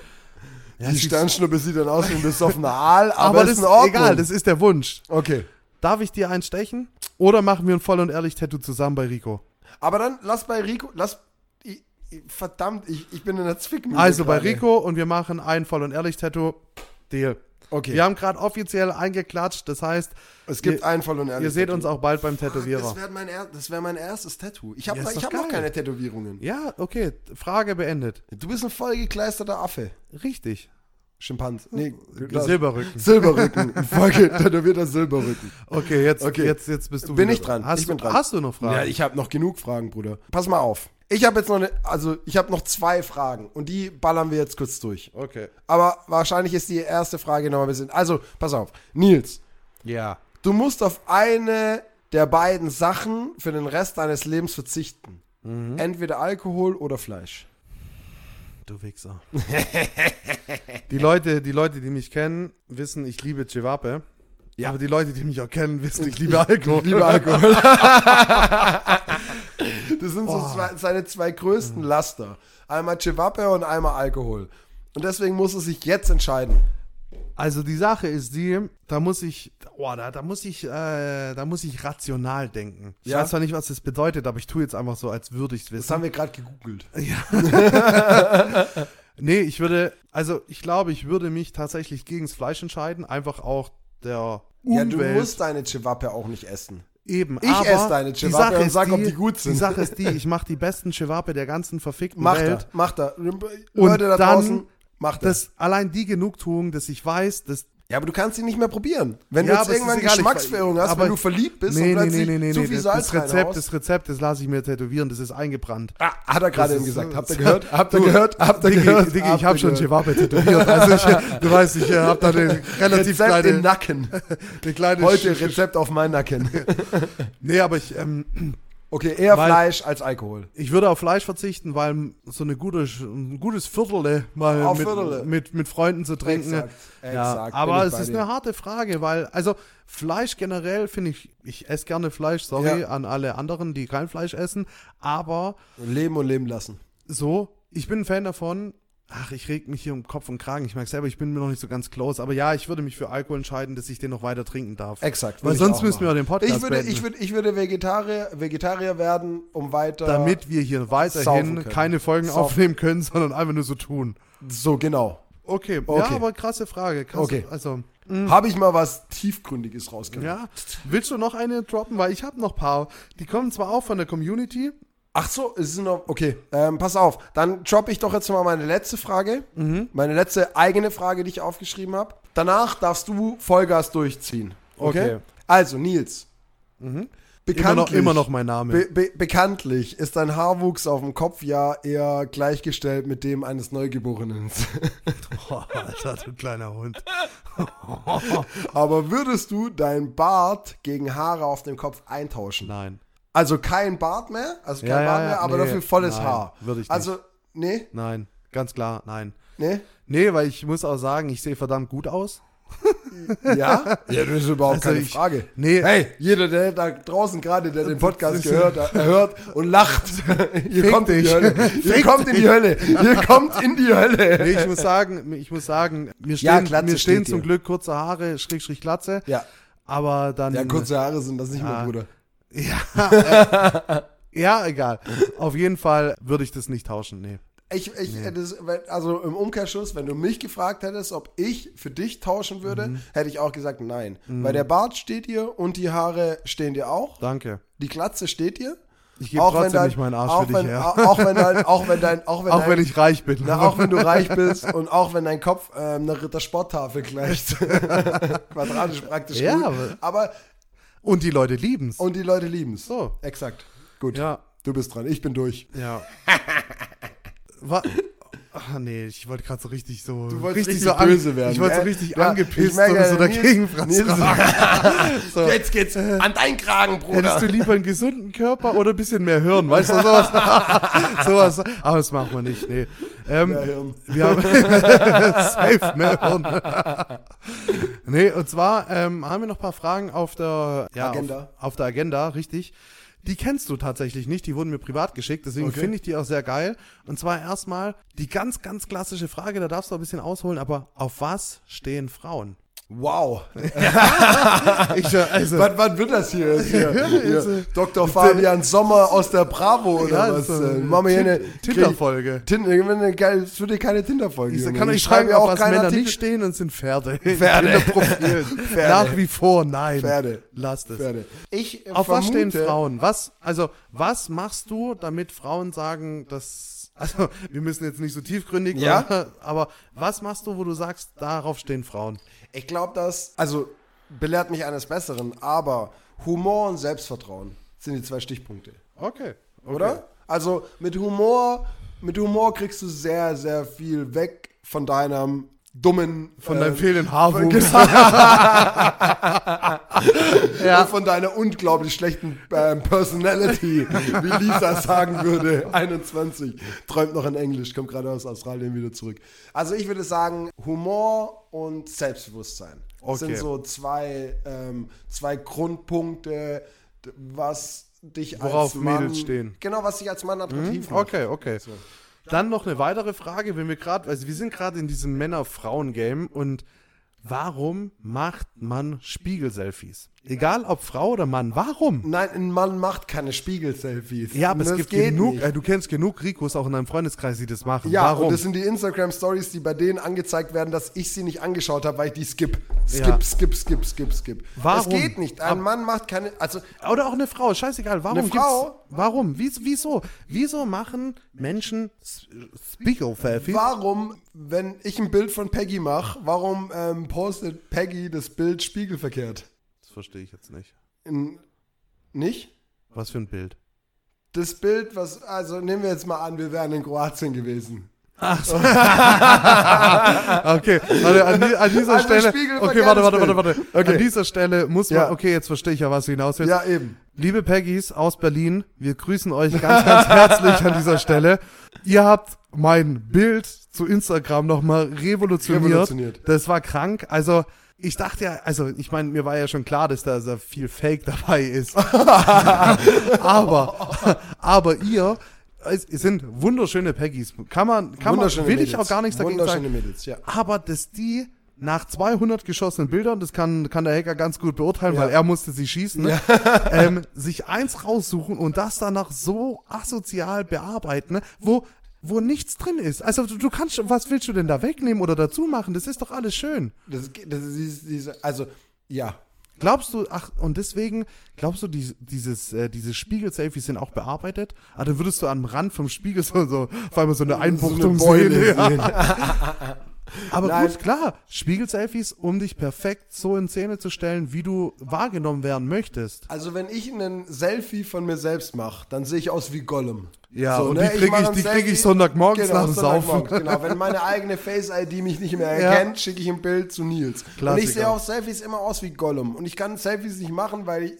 S2: Ja,
S3: Die
S2: es ist-
S3: Sternschnuppe sieht dann aus wie ein besoffener Aal, aber,
S2: aber das
S3: ist
S2: ist
S3: in Ordnung.
S2: egal, das ist der Wunsch.
S3: okay.
S2: Darf ich dir einen stechen? Oder machen wir ein voll und ehrlich Tattoo zusammen bei Rico?
S3: Aber dann lass bei Rico, lass, ich, ich, verdammt, ich, ich bin in der Zwickmühle.
S2: Also bei
S3: gerade.
S2: Rico und wir machen ein voll und ehrlich Tattoo. Deal.
S3: Okay.
S2: Wir haben gerade offiziell eingeklatscht, das heißt,
S3: Es gibt
S2: ihr,
S3: einen voll und ehrlich.
S2: ihr seht
S3: Tattoo.
S2: uns auch bald beim
S3: Das
S2: Tätowierer.
S3: wäre mein, er das wär mein erstes Tattoo. Ich habe
S2: Ja, ist doch
S3: ich hab noch
S2: geil.
S3: keine Tätowierungen.
S2: Ja, okay, Frage beendet.
S3: Du bist ein vollgekleisterter Affe.
S2: Richtig.
S3: Schimpanse. Nee,
S2: Silberrücken.
S3: Silberrücken. Ein Vollgetätowierter Silberrücken.
S2: Okay, jetzt,
S3: Okay.
S2: jetzt, jetzt bist du
S3: Bin
S2: wieder
S3: ich dran.
S2: Hast,
S3: Ich bin
S2: du-
S3: dran.
S2: Hast du noch Fragen?
S3: Ja, ich habe noch genug Fragen, Bruder. Pass mal auf. Ich habe jetzt noch eine, also ich habe noch zwei Fragen und die ballern wir jetzt kurz durch.
S2: okay.
S3: Aber wahrscheinlich ist die erste Frage noch ein bisschen. Also, pass auf. Nils,
S2: Ja.
S3: du musst auf eine der beiden Sachen für den Rest deines Lebens verzichten.
S2: Mhm.
S3: Entweder Alkohol oder Fleisch.
S2: Du Wichser. die, Leute, die Leute, die mich kennen, wissen, ich liebe Cevape. Ja. Aber die Leute, die mich auch kennen, wissen, ich liebe Alkohol.
S3: Lieber Alkohol. das sind so zwei, seine zwei größten Laster. Einmal Cevape und einmal Alkohol. Und deswegen muss er sich jetzt entscheiden.
S2: Also die Sache ist die, da muss ich, oh, da, da muss ich, äh, da muss ich rational denken. Ich
S3: Ja.
S2: weiß zwar nicht, was das bedeutet, aber ich tue jetzt einfach so, als würde ich es
S3: Das
S2: wissen.
S3: haben wir gerade gegoogelt.
S2: Nee, ich würde, also ich glaube, ich würde mich tatsächlich gegens Fleisch entscheiden, einfach auch der
S3: Ja,
S2: Umwelt.
S3: du musst deine Cevape auch nicht essen.
S2: eben.
S3: Ich
S2: aber
S3: esse deine
S2: die
S3: Cevape
S2: Sache
S3: und
S2: ist
S3: sag, ob die gut sind.
S2: Die Sache ist die, ich mache die besten Cevape der ganzen verfickten
S3: Macht
S2: Welt.
S3: er, macht er.
S2: Und
S3: Leute da
S2: dann
S3: draußen, macht er.
S2: Das allein die Genugtuung, dass ich weiß, dass
S3: Ja, aber du kannst ihn nicht mehr probieren. Wenn
S2: Ja, aber
S3: du jetzt
S2: es ist
S3: irgendwann
S2: egal, ich-
S3: Geschmacksverirrung hast,
S2: aber-
S3: wenn du verliebt bist und plötzlich zu viel
S2: das,
S3: Salz
S2: das Rezept,
S3: reinhaust.
S2: das Rezept, das lasse ich mir tätowieren, das ist eingebrannt.
S3: Ah, hat er gerade
S2: Das
S3: eben
S2: ist-
S3: gesagt. Habt ihr
S2: das-
S3: gehört? Habt ihr
S2: Du,
S3: gehört? Habt ihr
S2: Diggi,
S3: gehört?
S2: Diggi,
S3: Habt
S2: ich
S3: ihr
S2: habe schon
S3: gehört?
S2: Cevape tätowiert. Also ich, du weißt, ich habe da eine relativ
S3: Rezept
S2: kleine,
S3: im Nacken.
S2: eine kleine
S3: Heute Rezept auf meinen Nacken.
S2: Nee, aber ich, ähm,
S3: Okay, eher
S2: Weil-
S3: Fleisch als Alkohol.
S2: ich würde auf Fleisch verzichten, weil so eine gute, ein gutes Viertel äh, mal
S3: Auf
S2: mit,
S3: Viertel.
S2: Mit, mit Freunden zu trinken.
S3: Exakt,
S2: Ja,
S3: exakt, bin
S2: aber
S3: ich
S2: es
S3: bei
S2: ist
S3: dir.
S2: eine harte Frage, weil, also Fleisch generell finde ich, ich esse gerne Fleisch, sorry
S3: Ja.
S2: an alle anderen, die kein Fleisch essen, aber
S3: Leben und leben lassen.
S2: so, ich bin ein Fan davon, Ach, ich reg mich hier um Kopf und Kragen. Ich merke selber, ich bin mir noch nicht so ganz close. Aber ja, ich würde mich für Alkohol entscheiden, dass ich den noch weiter trinken darf.
S3: Exakt.
S2: Weil
S3: würd ich
S2: sonst
S3: auch
S2: müssen wir
S3: machen.
S2: den Podcast
S3: ich würde,
S2: beenden.
S3: ich würde, ich würde Vegetarier, Vegetarier werden, um weiter.
S2: damit wir hier
S3: Saufen
S2: weiterhin
S3: können.
S2: keine Folgen
S3: Saufen.
S2: aufnehmen können, sondern einfach nur so tun.
S3: So, genau.
S2: Okay, ja,
S3: Okay.
S2: aber krasse Frage. Krasse,
S3: Okay.
S2: Also,
S3: Habe ich mal was Tiefgründiges rausgehört.
S2: ja. Willst du noch eine droppen? Weil ich habe noch paar. Die kommen zwar auch von der Community.
S3: Ach so, es ist noch. Okay, ähm, pass auf. Dann droppe ich doch jetzt mal meine letzte Frage.
S2: Mhm.
S3: Meine letzte eigene Frage, die ich aufgeschrieben habe. Danach darfst du Vollgas durchziehen. Okay.
S2: Okay. Mhm.
S3: Also, Nils.
S2: Immer noch,
S3: Bekanntlich,
S2: immer noch mein Name.
S3: Be be bekanntlich ist dein Haarwuchs auf dem Kopf ja eher gleichgestellt mit dem eines Neugeborenen.
S2: Boah, Alter, du kleiner Hund.
S3: Aber würdest du deinen Bart gegen Haare auf dem Kopf eintauschen?
S2: Nein.
S3: Also kein Bart mehr, also kein
S2: Ja, ja,
S3: Bart
S2: ja,
S3: mehr, aber
S2: nee,
S3: dafür volles
S2: nein,
S3: Haar.
S2: würd ich nicht.
S3: Also, nee,
S2: Nein. Ganz klar, nein.
S3: nee,
S2: Nee, weil ich muss auch sagen, ich sehe verdammt gut aus.
S3: ja? ja, das ist überhaupt
S2: Also
S3: keine
S2: ich-
S3: Frage.
S2: Nee.
S3: Hey, jeder, der da draußen gerade, der den Podcast
S2: Das ist-
S3: gehört, äh, hört und lacht, ihr
S2: Fick
S3: kommt in die
S2: dich.
S3: Hölle. Ihr
S2: Fick
S3: kommt in die Hölle. Ihr kommt in die Hölle.
S2: Nee, ich muss sagen, ich muss sagen, mir
S3: Ja,
S2: stehen,
S3: Glatze
S2: mir stehen
S3: steht
S2: zum
S3: dir.
S2: Glück kurze Haare, Schräg, Schräg, Glatze.
S3: Ja.
S2: Aber dann.
S3: Ja, kurze Haare sind das nicht mehr,
S2: Ah.
S3: Bruder.
S2: Ja, egal. Auf jeden Fall würde ich das nicht tauschen, nee.
S3: Ich, ich, das, weil- also im Umkehrschluss, wenn du mich gefragt hättest, ob ich für dich tauschen würde,
S2: Mhm.
S3: hätte ich auch gesagt, nein. Weil der Bart steht dir und die Haare stehen dir auch.
S2: Danke.
S3: Die Glatze steht dir.
S2: Ich gebe
S3: Auch wenn
S2: trotzdem
S3: dein-
S2: nicht meinen Arsch
S3: auch
S2: für dich
S3: wenn,
S2: her.
S3: Auch, auch wenn dein, auch wenn dein, auch wenn
S2: Auch
S3: dein,
S2: wenn ich reich bin.
S3: na, auch wenn du reich bist und auch wenn dein Kopf ähm, einer Rittersporttafel gleicht. Quadratisch praktisch
S2: Ja,
S3: gut.
S2: aber-
S3: Aber,
S2: Und die Leute lieben's.
S3: und die Leute lieben es.
S2: So.
S3: Exakt. Gut.
S2: Ja,
S3: Du bist dran. Ich bin durch.
S2: ja. Wa Ach nee, ich wollte gerade so richtig so
S3: Du wolltest richtig
S2: so an-
S3: böse werden,
S2: Ich wollte so
S3: gell?
S2: richtig
S3: Ja, ich
S2: angepisst
S3: merke
S2: oder so
S3: ja, Nils-
S2: dagegen fratzen. so.
S3: Jetzt geht's an deinen Kragen,
S2: Hättest du lieber einen gesunden Körper oder ein bisschen mehr Hirn, weißt du, sowas. sowas. Aber das machen wir nicht, nee. Ähm,
S3: Mehr Hirn.
S2: Wir haben safe mehr Hirn. nee, und zwar ähm, haben wir noch ein paar Fragen auf der ja,
S3: Agenda.
S2: Auf, auf der Agenda, richtig. Die kennst du tatsächlich nicht, die wurden mir privat geschickt, deswegen
S3: Okay.
S2: finde ich die auch sehr geil. Und zwar erstmal die ganz, ganz klassische Frage, da darfst du ein bisschen ausholen, aber auf was stehen Frauen?
S3: Wow.
S2: Ich, also,
S3: Wann, wann wird das hier? jetzt hier?
S2: Ja,
S3: hier.
S2: also-
S3: Dr. Fabian Sommer aus der Bravo oder
S2: Ja,
S3: was?
S2: so
S3: Äh, Machen wir hier eine
S2: Tin- Tinder-Folge.
S3: Tinder, es wird hier keine Tinder-Folge.
S2: Ich
S3: Junge.
S2: kann euch
S3: Ich schreibe
S2: schreiben, auf
S3: auch
S2: was
S3: keinen
S2: Männer
S3: Artikel-
S2: nicht stehen und sind Pferde.
S3: Pferde.
S2: Tinder-Profilen.
S3: Pferde.
S2: Nach wie vor, nein.
S3: Pferde.
S2: Lasst es.
S3: Pferde. Ich äh,
S2: Auf was
S3: vermute-
S2: stehen Frauen? Was, also, was machst du, damit Frauen sagen, dass, also, wir müssen jetzt nicht so tiefgründig,
S3: Ja.
S2: oder? aber was machst du, wo du sagst, darauf stehen Frauen?
S3: Ich glaube, dass, also belehrt mich eines Besseren, aber Humor und Selbstvertrauen sind die zwei Stichpunkte.
S2: Okay.
S3: oder? Also mit Humor, mit Humor kriegst du sehr, sehr viel weg von deinem dummen,
S2: Von
S3: äh,
S2: deinem fehlenden Haarwuchs.
S3: und von deiner unglaublich schlechten ähm, Personality, wie Lisa sagen würde. 21 träumt noch in Englisch, kommt gerade aus Australien wieder zurück. Also ich würde sagen Humor und Selbstbewusstsein
S2: Okay.
S3: sind so zwei, ähm, zwei Grundpunkte, d- was dich
S2: Worauf
S3: als Mann
S2: Mädels stehen. Mhm,
S3: genau was dich als Mann attraktiv macht.
S2: Okay, okay. Dann noch eine weitere Frage, wenn wir gerade, also wir sind gerade in diesem Männer-Frauen-Game und warum macht man Spiegel-Selfies? Egal ob Frau oder Mann, warum?
S3: Nein, ein Mann macht keine Spiegel-Selfies.
S2: Ja, aber es
S3: Das
S2: gibt
S3: geht
S2: genug,
S3: nicht.
S2: äh, du kennst genug Rikos auch in deinem Freundeskreis, die das machen.
S3: Ja,
S2: warum?
S3: und das sind die Instagram-Stories, die bei denen angezeigt werden, dass ich sie nicht angeschaut habe, weil ich die skip. Skip,
S2: Ja.
S3: skip, skip, skip, skip. Das
S2: Warum?
S3: geht nicht. Ein
S2: Ab-
S3: Mann macht keine. Also,
S2: oder auch eine Frau, scheißegal, warum
S3: Eine Frau?
S2: gibt's, warum, Wies- wieso, wieso machen Menschen S- Spiegel-Selfies?
S3: warum, wenn ich ein Bild von Peggy mache, warum ähm, postet Peggy das Bild spiegelverkehrt?
S2: Das verstehe ich jetzt nicht.
S3: In, nicht?
S2: Was für ein Bild.
S3: Das Bild, was. Also, nehmen wir jetzt mal an, wir wären in Kroatien gewesen.
S2: Okay, warte, an, die, an dieser
S3: Also
S2: Stelle.
S3: Spiegel
S2: Okay, warte, warte,
S3: verkehrtes
S2: warte, warte.
S3: Okay.
S2: An dieser Stelle muss man.
S3: Ja.
S2: Okay, jetzt verstehe ich ja, was du hinaus willst.
S3: Ja, eben.
S2: Liebe Peggys aus Berlin, wir grüßen euch ganz, ganz herzlich an dieser Stelle. Ihr habt mein Bild zu Instagram nochmal revolutioniert.
S3: Revolutioniert.
S2: Das war krank. Also. Ich dachte ja, also ich meine, mir war ja schon klar, dass da sehr viel Fake dabei ist. aber, aber ihr es sind wunderschöne Peggies. Kann man, kann man, will
S3: Wunderschöne
S2: ich auch gar nichts dagegen
S3: Wunderschöne
S2: sagen.
S3: Mädels, ja.
S2: Aber dass die nach 200 geschossenen Bildern, das kann, kann der Hacker ganz gut beurteilen,
S3: Ja.
S2: weil er musste sie schießen, ne? ähm, sich eins raussuchen und das danach so asozial bearbeiten, ne? wo, wo nichts drin ist. Also du, du kannst, was willst du denn da wegnehmen oder dazu machen? Das ist doch alles schön.
S3: Das, das ist dieses- diese, also, ja.
S2: Glaubst du, ach, und deswegen, glaubst du, die, dieses, äh, diese Spiegel-Selfies sind auch bearbeitet? Ah, dann würdest du am Rand vom Spiegel so, so auf einmal so eine Einbuchtung sehen. Ja. Aber
S3: Nein.
S2: gut, klar, Spiegel-Selfies, um dich perfekt so in Szene zu stellen, wie du wahrgenommen werden möchtest.
S3: Also, wenn ich einen Selfie von mir selbst mache, dann sehe ich aus wie Gollum. ne?
S2: Ja, und die
S3: ich
S2: krieg
S3: mach
S2: ich-
S3: ein
S2: die krieg ich
S3: Selfie.
S2: Sonntagmorgens nach dem
S3: Sonntagmorgens,
S2: Saufen.
S3: Genau, wenn meine eigene Face-ID mich nicht mehr
S2: Ja.
S3: erkennt, schicke ich ein Bild zu Nils. Und
S2: Klassiker.
S3: ich sehe auf Selfies immer aus wie Gollum. Und ich kann Selfies nicht machen, weil ich,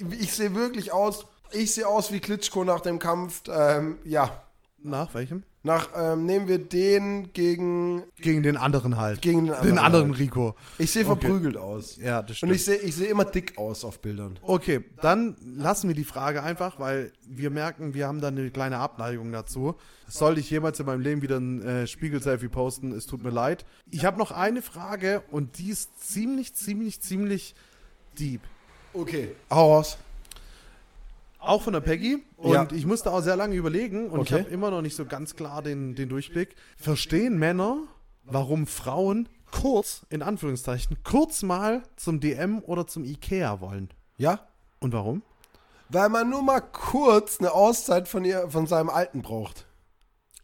S3: ich, ich sehe wirklich aus, ich sehe aus wie Klitschko nach dem Kampf. Ähm, ja,
S2: Nach welchem?
S3: nach, ähm, nehmen wir den gegen,
S2: Gegen den anderen halt.
S3: Gegen den anderen halt.
S2: Rico.
S3: ich sehe verprügelt aus.
S2: Ja, das
S3: Und
S2: stimmt.
S3: ich sehe ich sehe immer dick aus auf Bildern.
S2: Okay, dann lassen wir die Frage einfach, weil wir merken, wir haben da eine kleine Abneigung dazu. Soll ich jemals in meinem Leben wieder ein äh, Spiegel-Selfie posten? Es tut mir leid. Ich habe noch eine Frage und die ist ziemlich, ziemlich, ziemlich deep.
S3: Okay, hau raus.
S2: Auch von der Peggy. Und
S3: Ja.
S2: ich musste auch sehr lange überlegen und
S3: Okay.
S2: ich habe immer noch nicht so ganz klar den, den Durchblick. Verstehen Männer, warum Frauen kurz, in Anführungszeichen, kurz mal zum DM oder zum Ikea wollen?
S3: Ja?
S2: Und warum?
S3: Weil man nur mal kurz eine Auszeit von, ihr, von seinem Alten braucht.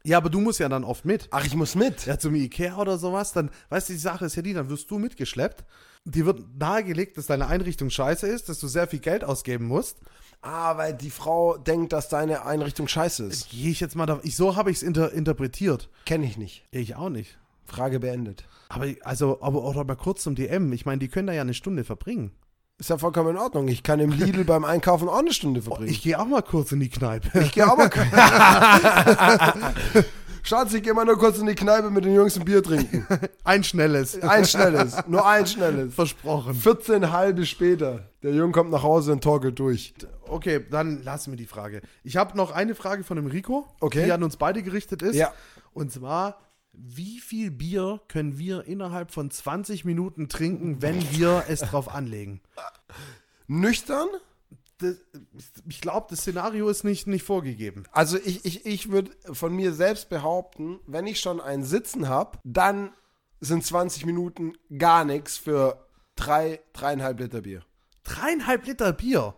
S2: Ja, aber du musst ja dann oft mit.
S3: Ach, ich muss mit.
S2: ja, zum Ikea oder sowas, dann, weißt du, die Sache ist ja die, dann wirst du mitgeschleppt. Dir wird nahegelegt, dass deine Einrichtung scheiße ist, dass du sehr viel Geld ausgeben musst.
S3: Ah, weil die Frau denkt, dass deine Einrichtung scheiße ist.
S2: Gehe ich jetzt mal da, ich, so habe ich es inter, interpretiert.
S3: Kenne ich nicht.
S2: Ich auch nicht.
S3: Frage beendet.
S2: Aber, ich- also, aber oder mal kurz zum DM. Ich meine, die können da ja eine Stunde verbringen.
S3: Ist ja vollkommen in Ordnung. Ich kann im Lidl beim Einkaufen auch eine Stunde verbringen.
S2: Ich gehe auch mal kurz in die Kneipe.
S3: Ich gehe aber. Schatz, ich gehe mal nur kurz in die Kneipe mit den Jungs ein Bier trinken.
S2: Ein schnelles.
S3: Ein schnelles, nur ein schnelles.
S2: Versprochen.
S3: 14 halbe später. Der Junge kommt nach Hause und torkelt durch.
S2: Okay, dann lassen wir die Frage. Ich habe noch eine Frage von dem Rico,
S3: Okay.
S2: die an uns beide gerichtet ist.
S3: Ja.
S2: Und zwar, wie viel Bier können wir innerhalb von 20 Minuten trinken, wenn wir es drauf anlegen?
S3: Nüchtern?
S2: Das, ich glaube, das Szenario ist nicht, nicht vorgegeben.
S3: Also ich, ich, ich würde von mir selbst behaupten, wenn ich schon einen Sitzen habe, dann sind 20 Minuten gar nichts für drei, dreieinhalb Liter Bier.
S2: Dreieinhalb Liter Bier.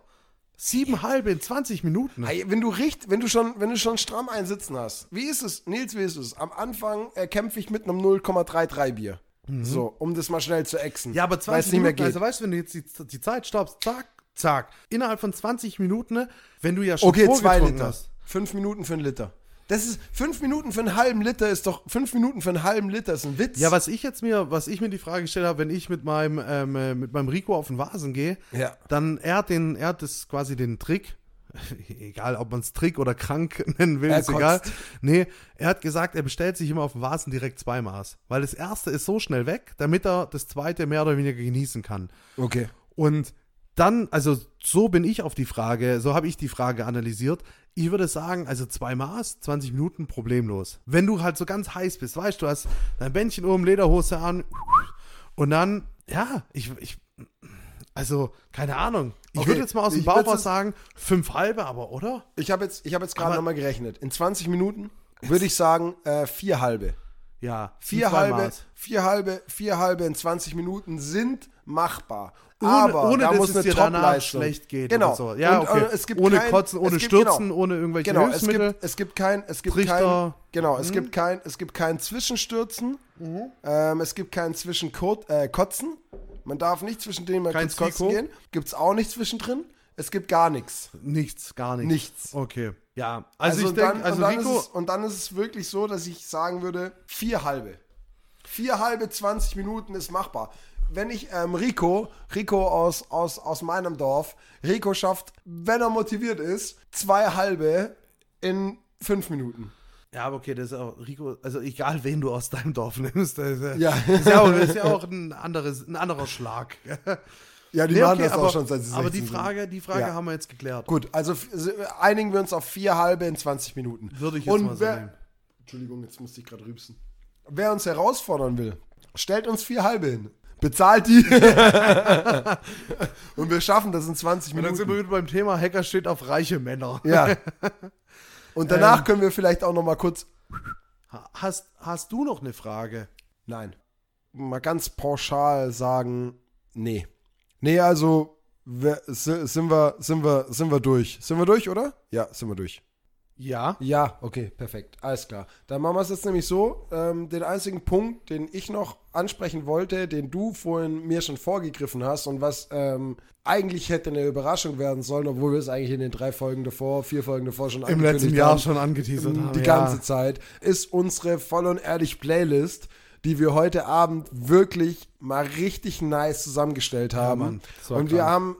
S2: Sieben halbe in 20 Minuten.
S3: Ey, wenn du richt, wenn du schon, wenn du schon stramm einen Sitzen hast, wie ist es, Nils, wie ist es? Am Anfang äh, kämpfe ich mit einem 0,33 Bier. So, um das mal schnell zu exen.
S2: Mhm. Ja, aber
S3: Weil's
S2: 20
S3: nicht mehr
S2: Minuten,
S3: geht.
S2: also weißt du, wenn du jetzt die, die Zeit stoppst, zack, zack. Innerhalb von 20 Minuten, ne, wenn du ja schon
S3: okay, zwei
S2: vorgetrunken
S3: Liter.
S2: hast.
S3: Fünf Minuten für einen Liter. Das ist, fünf Minuten für einen halben Liter ist doch, fünf Minuten für einen halben Liter ist ein Witz.
S2: Ja, was ich jetzt mir, was ich mir die Frage gestellt habe, wenn ich mit meinem, ähm, äh, mit meinem Rico auf den Vasen gehe,
S3: Ja.
S2: dann er hat den, er hat das quasi den Trick, egal ob man es Trick oder krank nennen will,
S3: Er
S2: ist egal.
S3: kotzt.
S2: Nee, er hat gesagt, er bestellt sich immer auf dem Vasen direkt zwei Maß, weil das erste ist so schnell weg, damit er das zweite mehr oder weniger genießen kann.
S3: Okay.
S2: Und dann, also so bin ich auf die Frage, so habe ich die Frage analysiert. Ich würde sagen, also zwei Maß, 20 Minuten problemlos. Wenn du halt so ganz heiß bist, weißt du, hast dein Bändchen oben, Lederhose an und dann, ja, ich, ich also keine Ahnung. Ich
S3: Okay,
S2: würde jetzt mal aus dem
S3: ich
S2: Bauch
S3: würd's
S2: raus
S3: jetzt-
S2: sagen, fünf halbe aber, oder?
S3: Ich habe jetzt, ich hab jetzt gerade
S2: Aber-
S3: nochmal gerechnet. In 20 Minuten würde ich sagen, äh, vier halbe.
S2: Ja, sind
S3: Vier
S2: zwei
S3: halbe,
S2: Maß.
S3: vier halbe, vier halbe in 20 Minuten sind machbar.
S2: Ohne-
S3: Aber
S2: ohne,
S3: da
S2: dass
S3: muss
S2: es
S3: eine
S2: dir danach
S3: Top-Leistung.
S2: schlecht geht
S3: Genau.
S2: oder so. Ja,
S3: Und,
S2: okay.
S3: äh, es gibt
S2: ohne
S3: kein,
S2: Kotzen, ohne
S3: es gibt,
S2: Stürzen,
S3: genau,
S2: ohne irgendwelche
S3: Genau, es
S2: Hilfsmittel.
S3: gibt, es gibt kein, es gibt
S2: Trichter. Mhm.
S3: kein, genau, es gibt kein, es gibt kein Zwischenstürzen. Ähm, es gibt kein Zwischenkotzen. Äh, Kotzen. man darf nicht zwischen denen mal
S2: Kein
S3: kurz kotzen
S2: Zwieko.
S3: gehen. Gibt's auch nicht zwischendrin. Es gibt gar nichts.
S2: nichts, gar nichts.
S3: Nichts.
S2: Okay. Ja, also, ich
S3: und dann-
S2: denke, also
S3: und dann
S2: Rico,
S3: Ist es, und dann ist es wirklich so, dass ich sagen würde, vier halbe. Vier halbe 20 Minuten ist machbar. Wenn ich ähm, Rico, Rico aus, aus, aus meinem Dorf, Rico schafft, wenn er motiviert ist, zwei halbe in fünf Minuten.
S2: Ja, aber okay, das ist auch, Rico, also egal wen du aus deinem Dorf nimmst, das ist,
S3: Ja.
S2: das ist, ja, auch, das ist ja auch ein, anderes, ein anderer Schlag.
S3: Ja, die
S2: Nee,
S3: machen
S2: okay,
S3: das
S2: aber,
S3: auch schon seit sie
S2: Aber die
S3: 16 sind.
S2: Frage, die Frage
S3: Ja.
S2: haben wir jetzt geklärt.
S3: Gut, also f- einigen wir uns auf vier halbe in 20 Minuten.
S2: Würde ich jetzt mal so
S3: wer-
S2: nehmen.
S3: Entschuldigung, jetzt musste ich gerade rübsen. Wer uns herausfordern will, stellt uns vier halbe hin. Bezahlt die. Und wir schaffen das in 20
S2: Und dann sind
S3: Minuten.
S2: wir wieder beim Thema Hacker steht auf reiche Männer.
S3: Ja. Und
S2: Ähm.
S3: danach können wir vielleicht auch noch mal kurz
S2: Ha- Hast, hast du noch eine Frage?
S3: Nein. Mal ganz pauschal sagen, nee. Nee, also wir, si- sind wir, sind wir, sind wir durch. Sind wir durch, oder? Ja, sind wir durch.
S2: Ja.
S3: Ja, okay, perfekt. Alles klar. Dann machen wir es jetzt nämlich so. Ähm, den einzigen Punkt, den ich noch ansprechen wollte, den du vorhin mir schon vorgegriffen hast und was ähm, eigentlich hätte eine Überraschung werden sollen, obwohl wir es eigentlich in den drei Folgen davor, vier Folgen davor schon
S2: Im letzten
S3: angekündigt
S2: Jahr
S3: haben.
S2: schon angeteasert haben.
S3: Die ganze Zeit ist unsere voll und ehrlich Playlist, die wir heute Abend wirklich mal richtig nice zusammengestellt haben.
S2: Mann, das war
S3: und wir
S2: krank.
S3: haben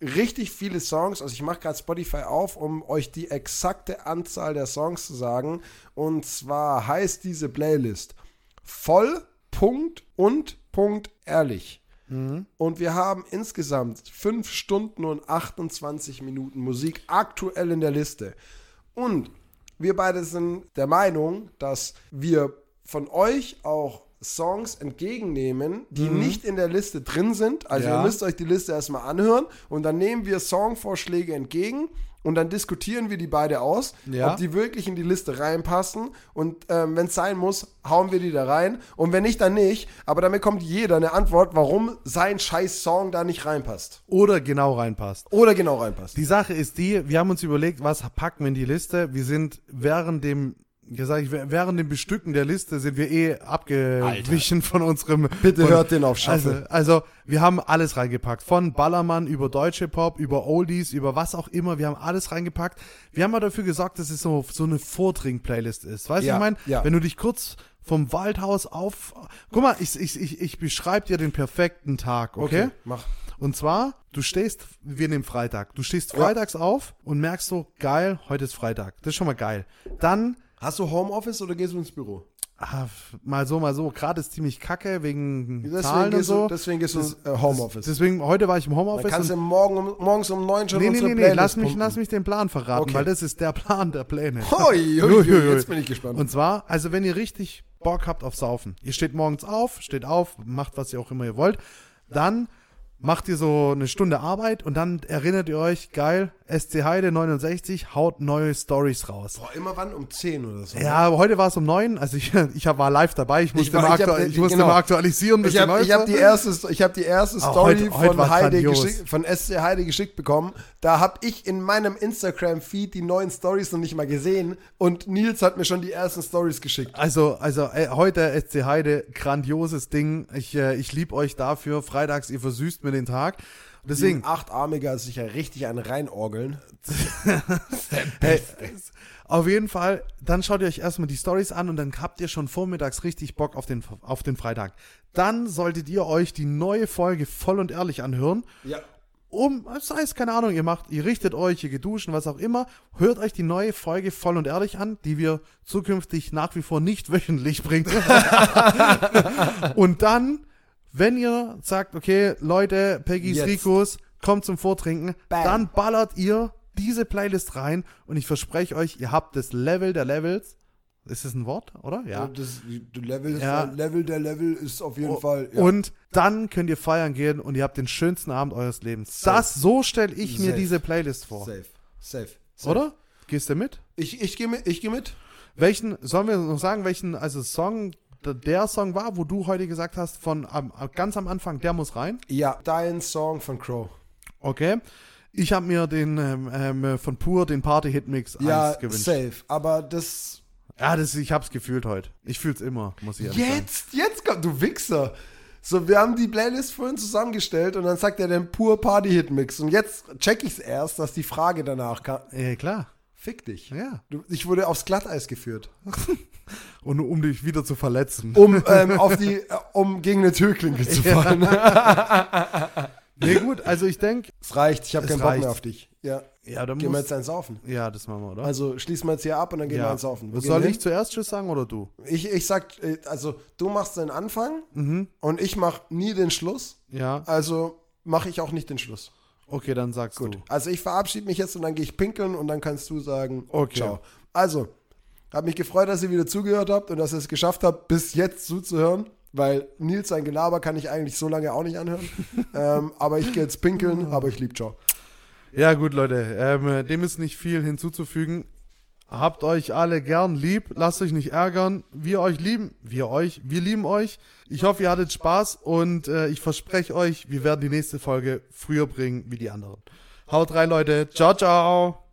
S3: richtig viele Songs. Also ich mache gerade Spotify auf, um euch die exakte Anzahl der Songs zu sagen. Und zwar heißt diese Playlist voll, Punkt und Punkt ehrlich. Und wir haben insgesamt 5 Stunden und 28 Minuten Musik aktuell in der Liste. Und wir beide sind der Meinung, dass wir von euch auch Songs entgegennehmen, die nicht in der Liste drin sind. Also
S2: Ja.
S3: ihr müsst euch die Liste erstmal anhören und dann nehmen wir Songvorschläge entgegen und dann diskutieren wir die beide aus,
S2: Ja.
S3: ob die wirklich in die Liste reinpassen. Und ähm, wenn es sein muss, hauen wir die da rein. Und wenn nicht, dann nicht. Aber damit kommt jeder eine Antwort, warum sein scheiß Song da nicht reinpasst.
S2: Oder genau reinpasst.
S3: Oder genau reinpasst.
S2: Die Sache ist die, wir haben uns überlegt, was packen wir in die Liste. Wir sind während dem, ja sag ich, während dem Bestücken der Liste sind wir eh abgewichen von unserem.
S3: Bitte
S2: von,
S3: hört den auf
S2: also,
S3: Shuffle.
S2: also, wir haben alles reingepackt. Von Ballermann über deutsche Pop, über Oldies, über was auch immer. Wir haben alles reingepackt. Wir haben mal dafür gesorgt, dass es so, so eine Vordring-Playlist ist. Weißt du,
S3: Ja,
S2: ich meine,
S3: ja.
S2: wenn du dich kurz vom Waldhaus auf. Guck mal, ich, ich, ich, ich beschreibe dir den perfekten Tag, okay?
S3: mach.
S2: Und zwar, du stehst, wir nehmen Freitag, du stehst freitags auf und merkst so, geil, heute ist Freitag. Das ist schon mal geil. Dann,
S3: Hast du Homeoffice oder gehst du ins Büro?
S2: ah, f- mal so, mal so, gerade ist ziemlich kacke wegen
S3: Deswegen
S2: Zahlen und
S3: gehst
S2: so.
S3: du, deswegen gehst du ins äh,
S2: Das-
S3: Homeoffice.
S2: Deswegen, heute war ich im
S3: Dann
S2: Homeoffice.
S3: kannst du
S2: und,
S3: morgen um, morgens um neun schon
S2: nee, nee,
S3: unsere
S2: nee, nee,
S3: Playlist
S2: lass mich,
S3: pumpen.
S2: lass mich den Plan verraten,
S3: Okay.
S2: weil das ist der Plan der Pläne.
S3: Hoi, hoi, hoi, jetzt bin ich gespannt.
S2: Und zwar, also wenn ihr richtig Bock habt auf Saufen, ihr steht morgens auf, steht auf, macht was ihr auch immer ihr wollt, dann macht ihr so eine Stunde Arbeit und dann erinnert ihr euch, geil, SC Heide 69 haut neue Stories raus.
S3: Boah, immer wann? Um zehn oder so.
S2: Ja, aber heute war es um neun, also ich, ich hab- war live dabei, ich musste,
S3: war-
S2: mal,
S3: ich hab-
S2: aktua ich musste
S3: genau.
S2: mal aktualisieren, bis
S3: Ich habe
S2: die
S3: ich hab
S2: neueste-
S3: die erste, ich hab die erste
S2: Ah,
S3: Story
S2: heute- heute
S3: von,
S2: war
S3: Heide
S2: grandios.
S3: geschickt, von SC Heide geschickt bekommen. Da habe ich in meinem Instagram-Feed die neuen Stories noch nicht mal gesehen und Nils hat mir schon die ersten Stories geschickt.
S2: Also, also äh, heute SC Heide, grandioses Ding. Ich, äh, ich liebe euch dafür. Freitags, ihr versüßt mir den Tag. Deswegen,
S3: Ein Achtarmiger ist sicher richtig ein Reinorgeln.
S2: Hey, auf jeden Fall, dann schaut ihr euch erstmal die Stories an und dann habt ihr schon vormittags richtig Bock auf den, auf den Freitag. Dann solltet ihr euch die neue Folge voll und ehrlich anhören.
S3: Ja.
S2: Um, sei es keine Ahnung, ihr macht, ihr richtet euch, ihr geht duschen, was auch immer. Hört euch die neue Folge voll und ehrlich an, die wir zukünftig nach wie vor nicht wöchentlich bringen. und dann, wenn ihr sagt, okay, Leute, Peggy's
S3: Jetzt.
S2: Ricos, kommt zum Vortrinken,
S3: Bam.
S2: dann ballert ihr diese Playlist rein und ich verspreche euch, ihr habt das Level der Levels. Ist das ein Wort, oder? Ja.
S3: Das die Level,
S2: Ja. Oh,
S3: Level der Level ist auf jeden Fall. ja.
S2: Und dann könnt ihr feiern gehen und ihr habt den schönsten Abend eures Lebens. Das, so stelle ich mir
S3: Safe.
S2: diese Playlist vor.
S3: safe. Safe. safe.
S2: Oder? Gehst du mit?
S3: Ich, ich gehe mit. Ich geh mit.
S2: Welchen, sollen wir noch sagen, welchen, also Song, d- der Song war, wo du heute gesagt hast, von am, am- ganz am Anfang, der muss rein.
S3: Ja, dein Song von Crow.
S2: Okay. Ich habe mir den ähm, ähm, von Pur, den Party-Hit-Mix
S3: Ja,
S2: 1 gewünscht.
S3: safe. Aber das
S2: Ja, das, ich hab's gefühlt heute. Ich fühl's immer, muss ich ehrlich sagen.
S3: Jetzt, jetzt kommt, du Wichser. So, wir haben die Playlist vorhin zusammengestellt und dann sagt er den pur Party-Hit-Mix. Und jetzt check ich's erst, dass die Frage danach kam.
S2: Ja, klar.
S3: Fick dich.
S2: Ja.
S3: Du, ich wurde aufs Glatteis geführt.
S2: Und um dich wieder zu verletzen.
S3: Um, ähm, auf die, äh, um gegen eine Türklinke zu fallen.
S2: Nee, gut, also ich denk,
S3: Es reicht, ich habe
S2: Es
S3: keinen Bock
S2: reicht.
S3: mehr auf dich. Ja.
S2: ja, dann
S3: Gehen wir
S2: muss,
S3: jetzt eins saufen.
S2: Ja, das machen wir, oder?
S3: Also schließen wir jetzt hier ab und dann gehen wir
S2: ja.
S3: eins saufen. Wo
S2: Soll
S3: gehen wir
S2: ich zuerst Tschüss sagen oder du?
S3: hin? ich, ich sag,
S2: Mhm.
S3: äh, also du machst den Anfang und ich mach nie den Schluss.
S2: Ja.
S3: Also mache ich auch nicht den Schluss.
S2: Okay, dann sagst
S3: Gut.
S2: du.
S3: Also ich verabschiede mich jetzt und dann gehe ich pinkeln und dann kannst du sagen,
S2: Okay.
S3: ciao. Also, habe mich gefreut, dass ihr wieder zugehört habt und dass ihr es geschafft habt, bis jetzt zuzuhören, weil Nils sein Gelaber kann ich eigentlich so lange auch nicht anhören. ähm, aber ich gehe jetzt pinkeln, aber ich lieb ciao.
S2: Ja, gut, Leute. Ähm, dem ist nicht viel hinzuzufügen. Habt euch alle gern lieb. Lasst euch nicht ärgern. Wir euch lieben. Wir euch. Wir lieben euch. Ich hoffe, ihr hattet Spaß und äh, ich verspreche euch, wir werden die nächste Folge früher bringen wie die anderen. Haut rein, Leute. Ciao, ciao.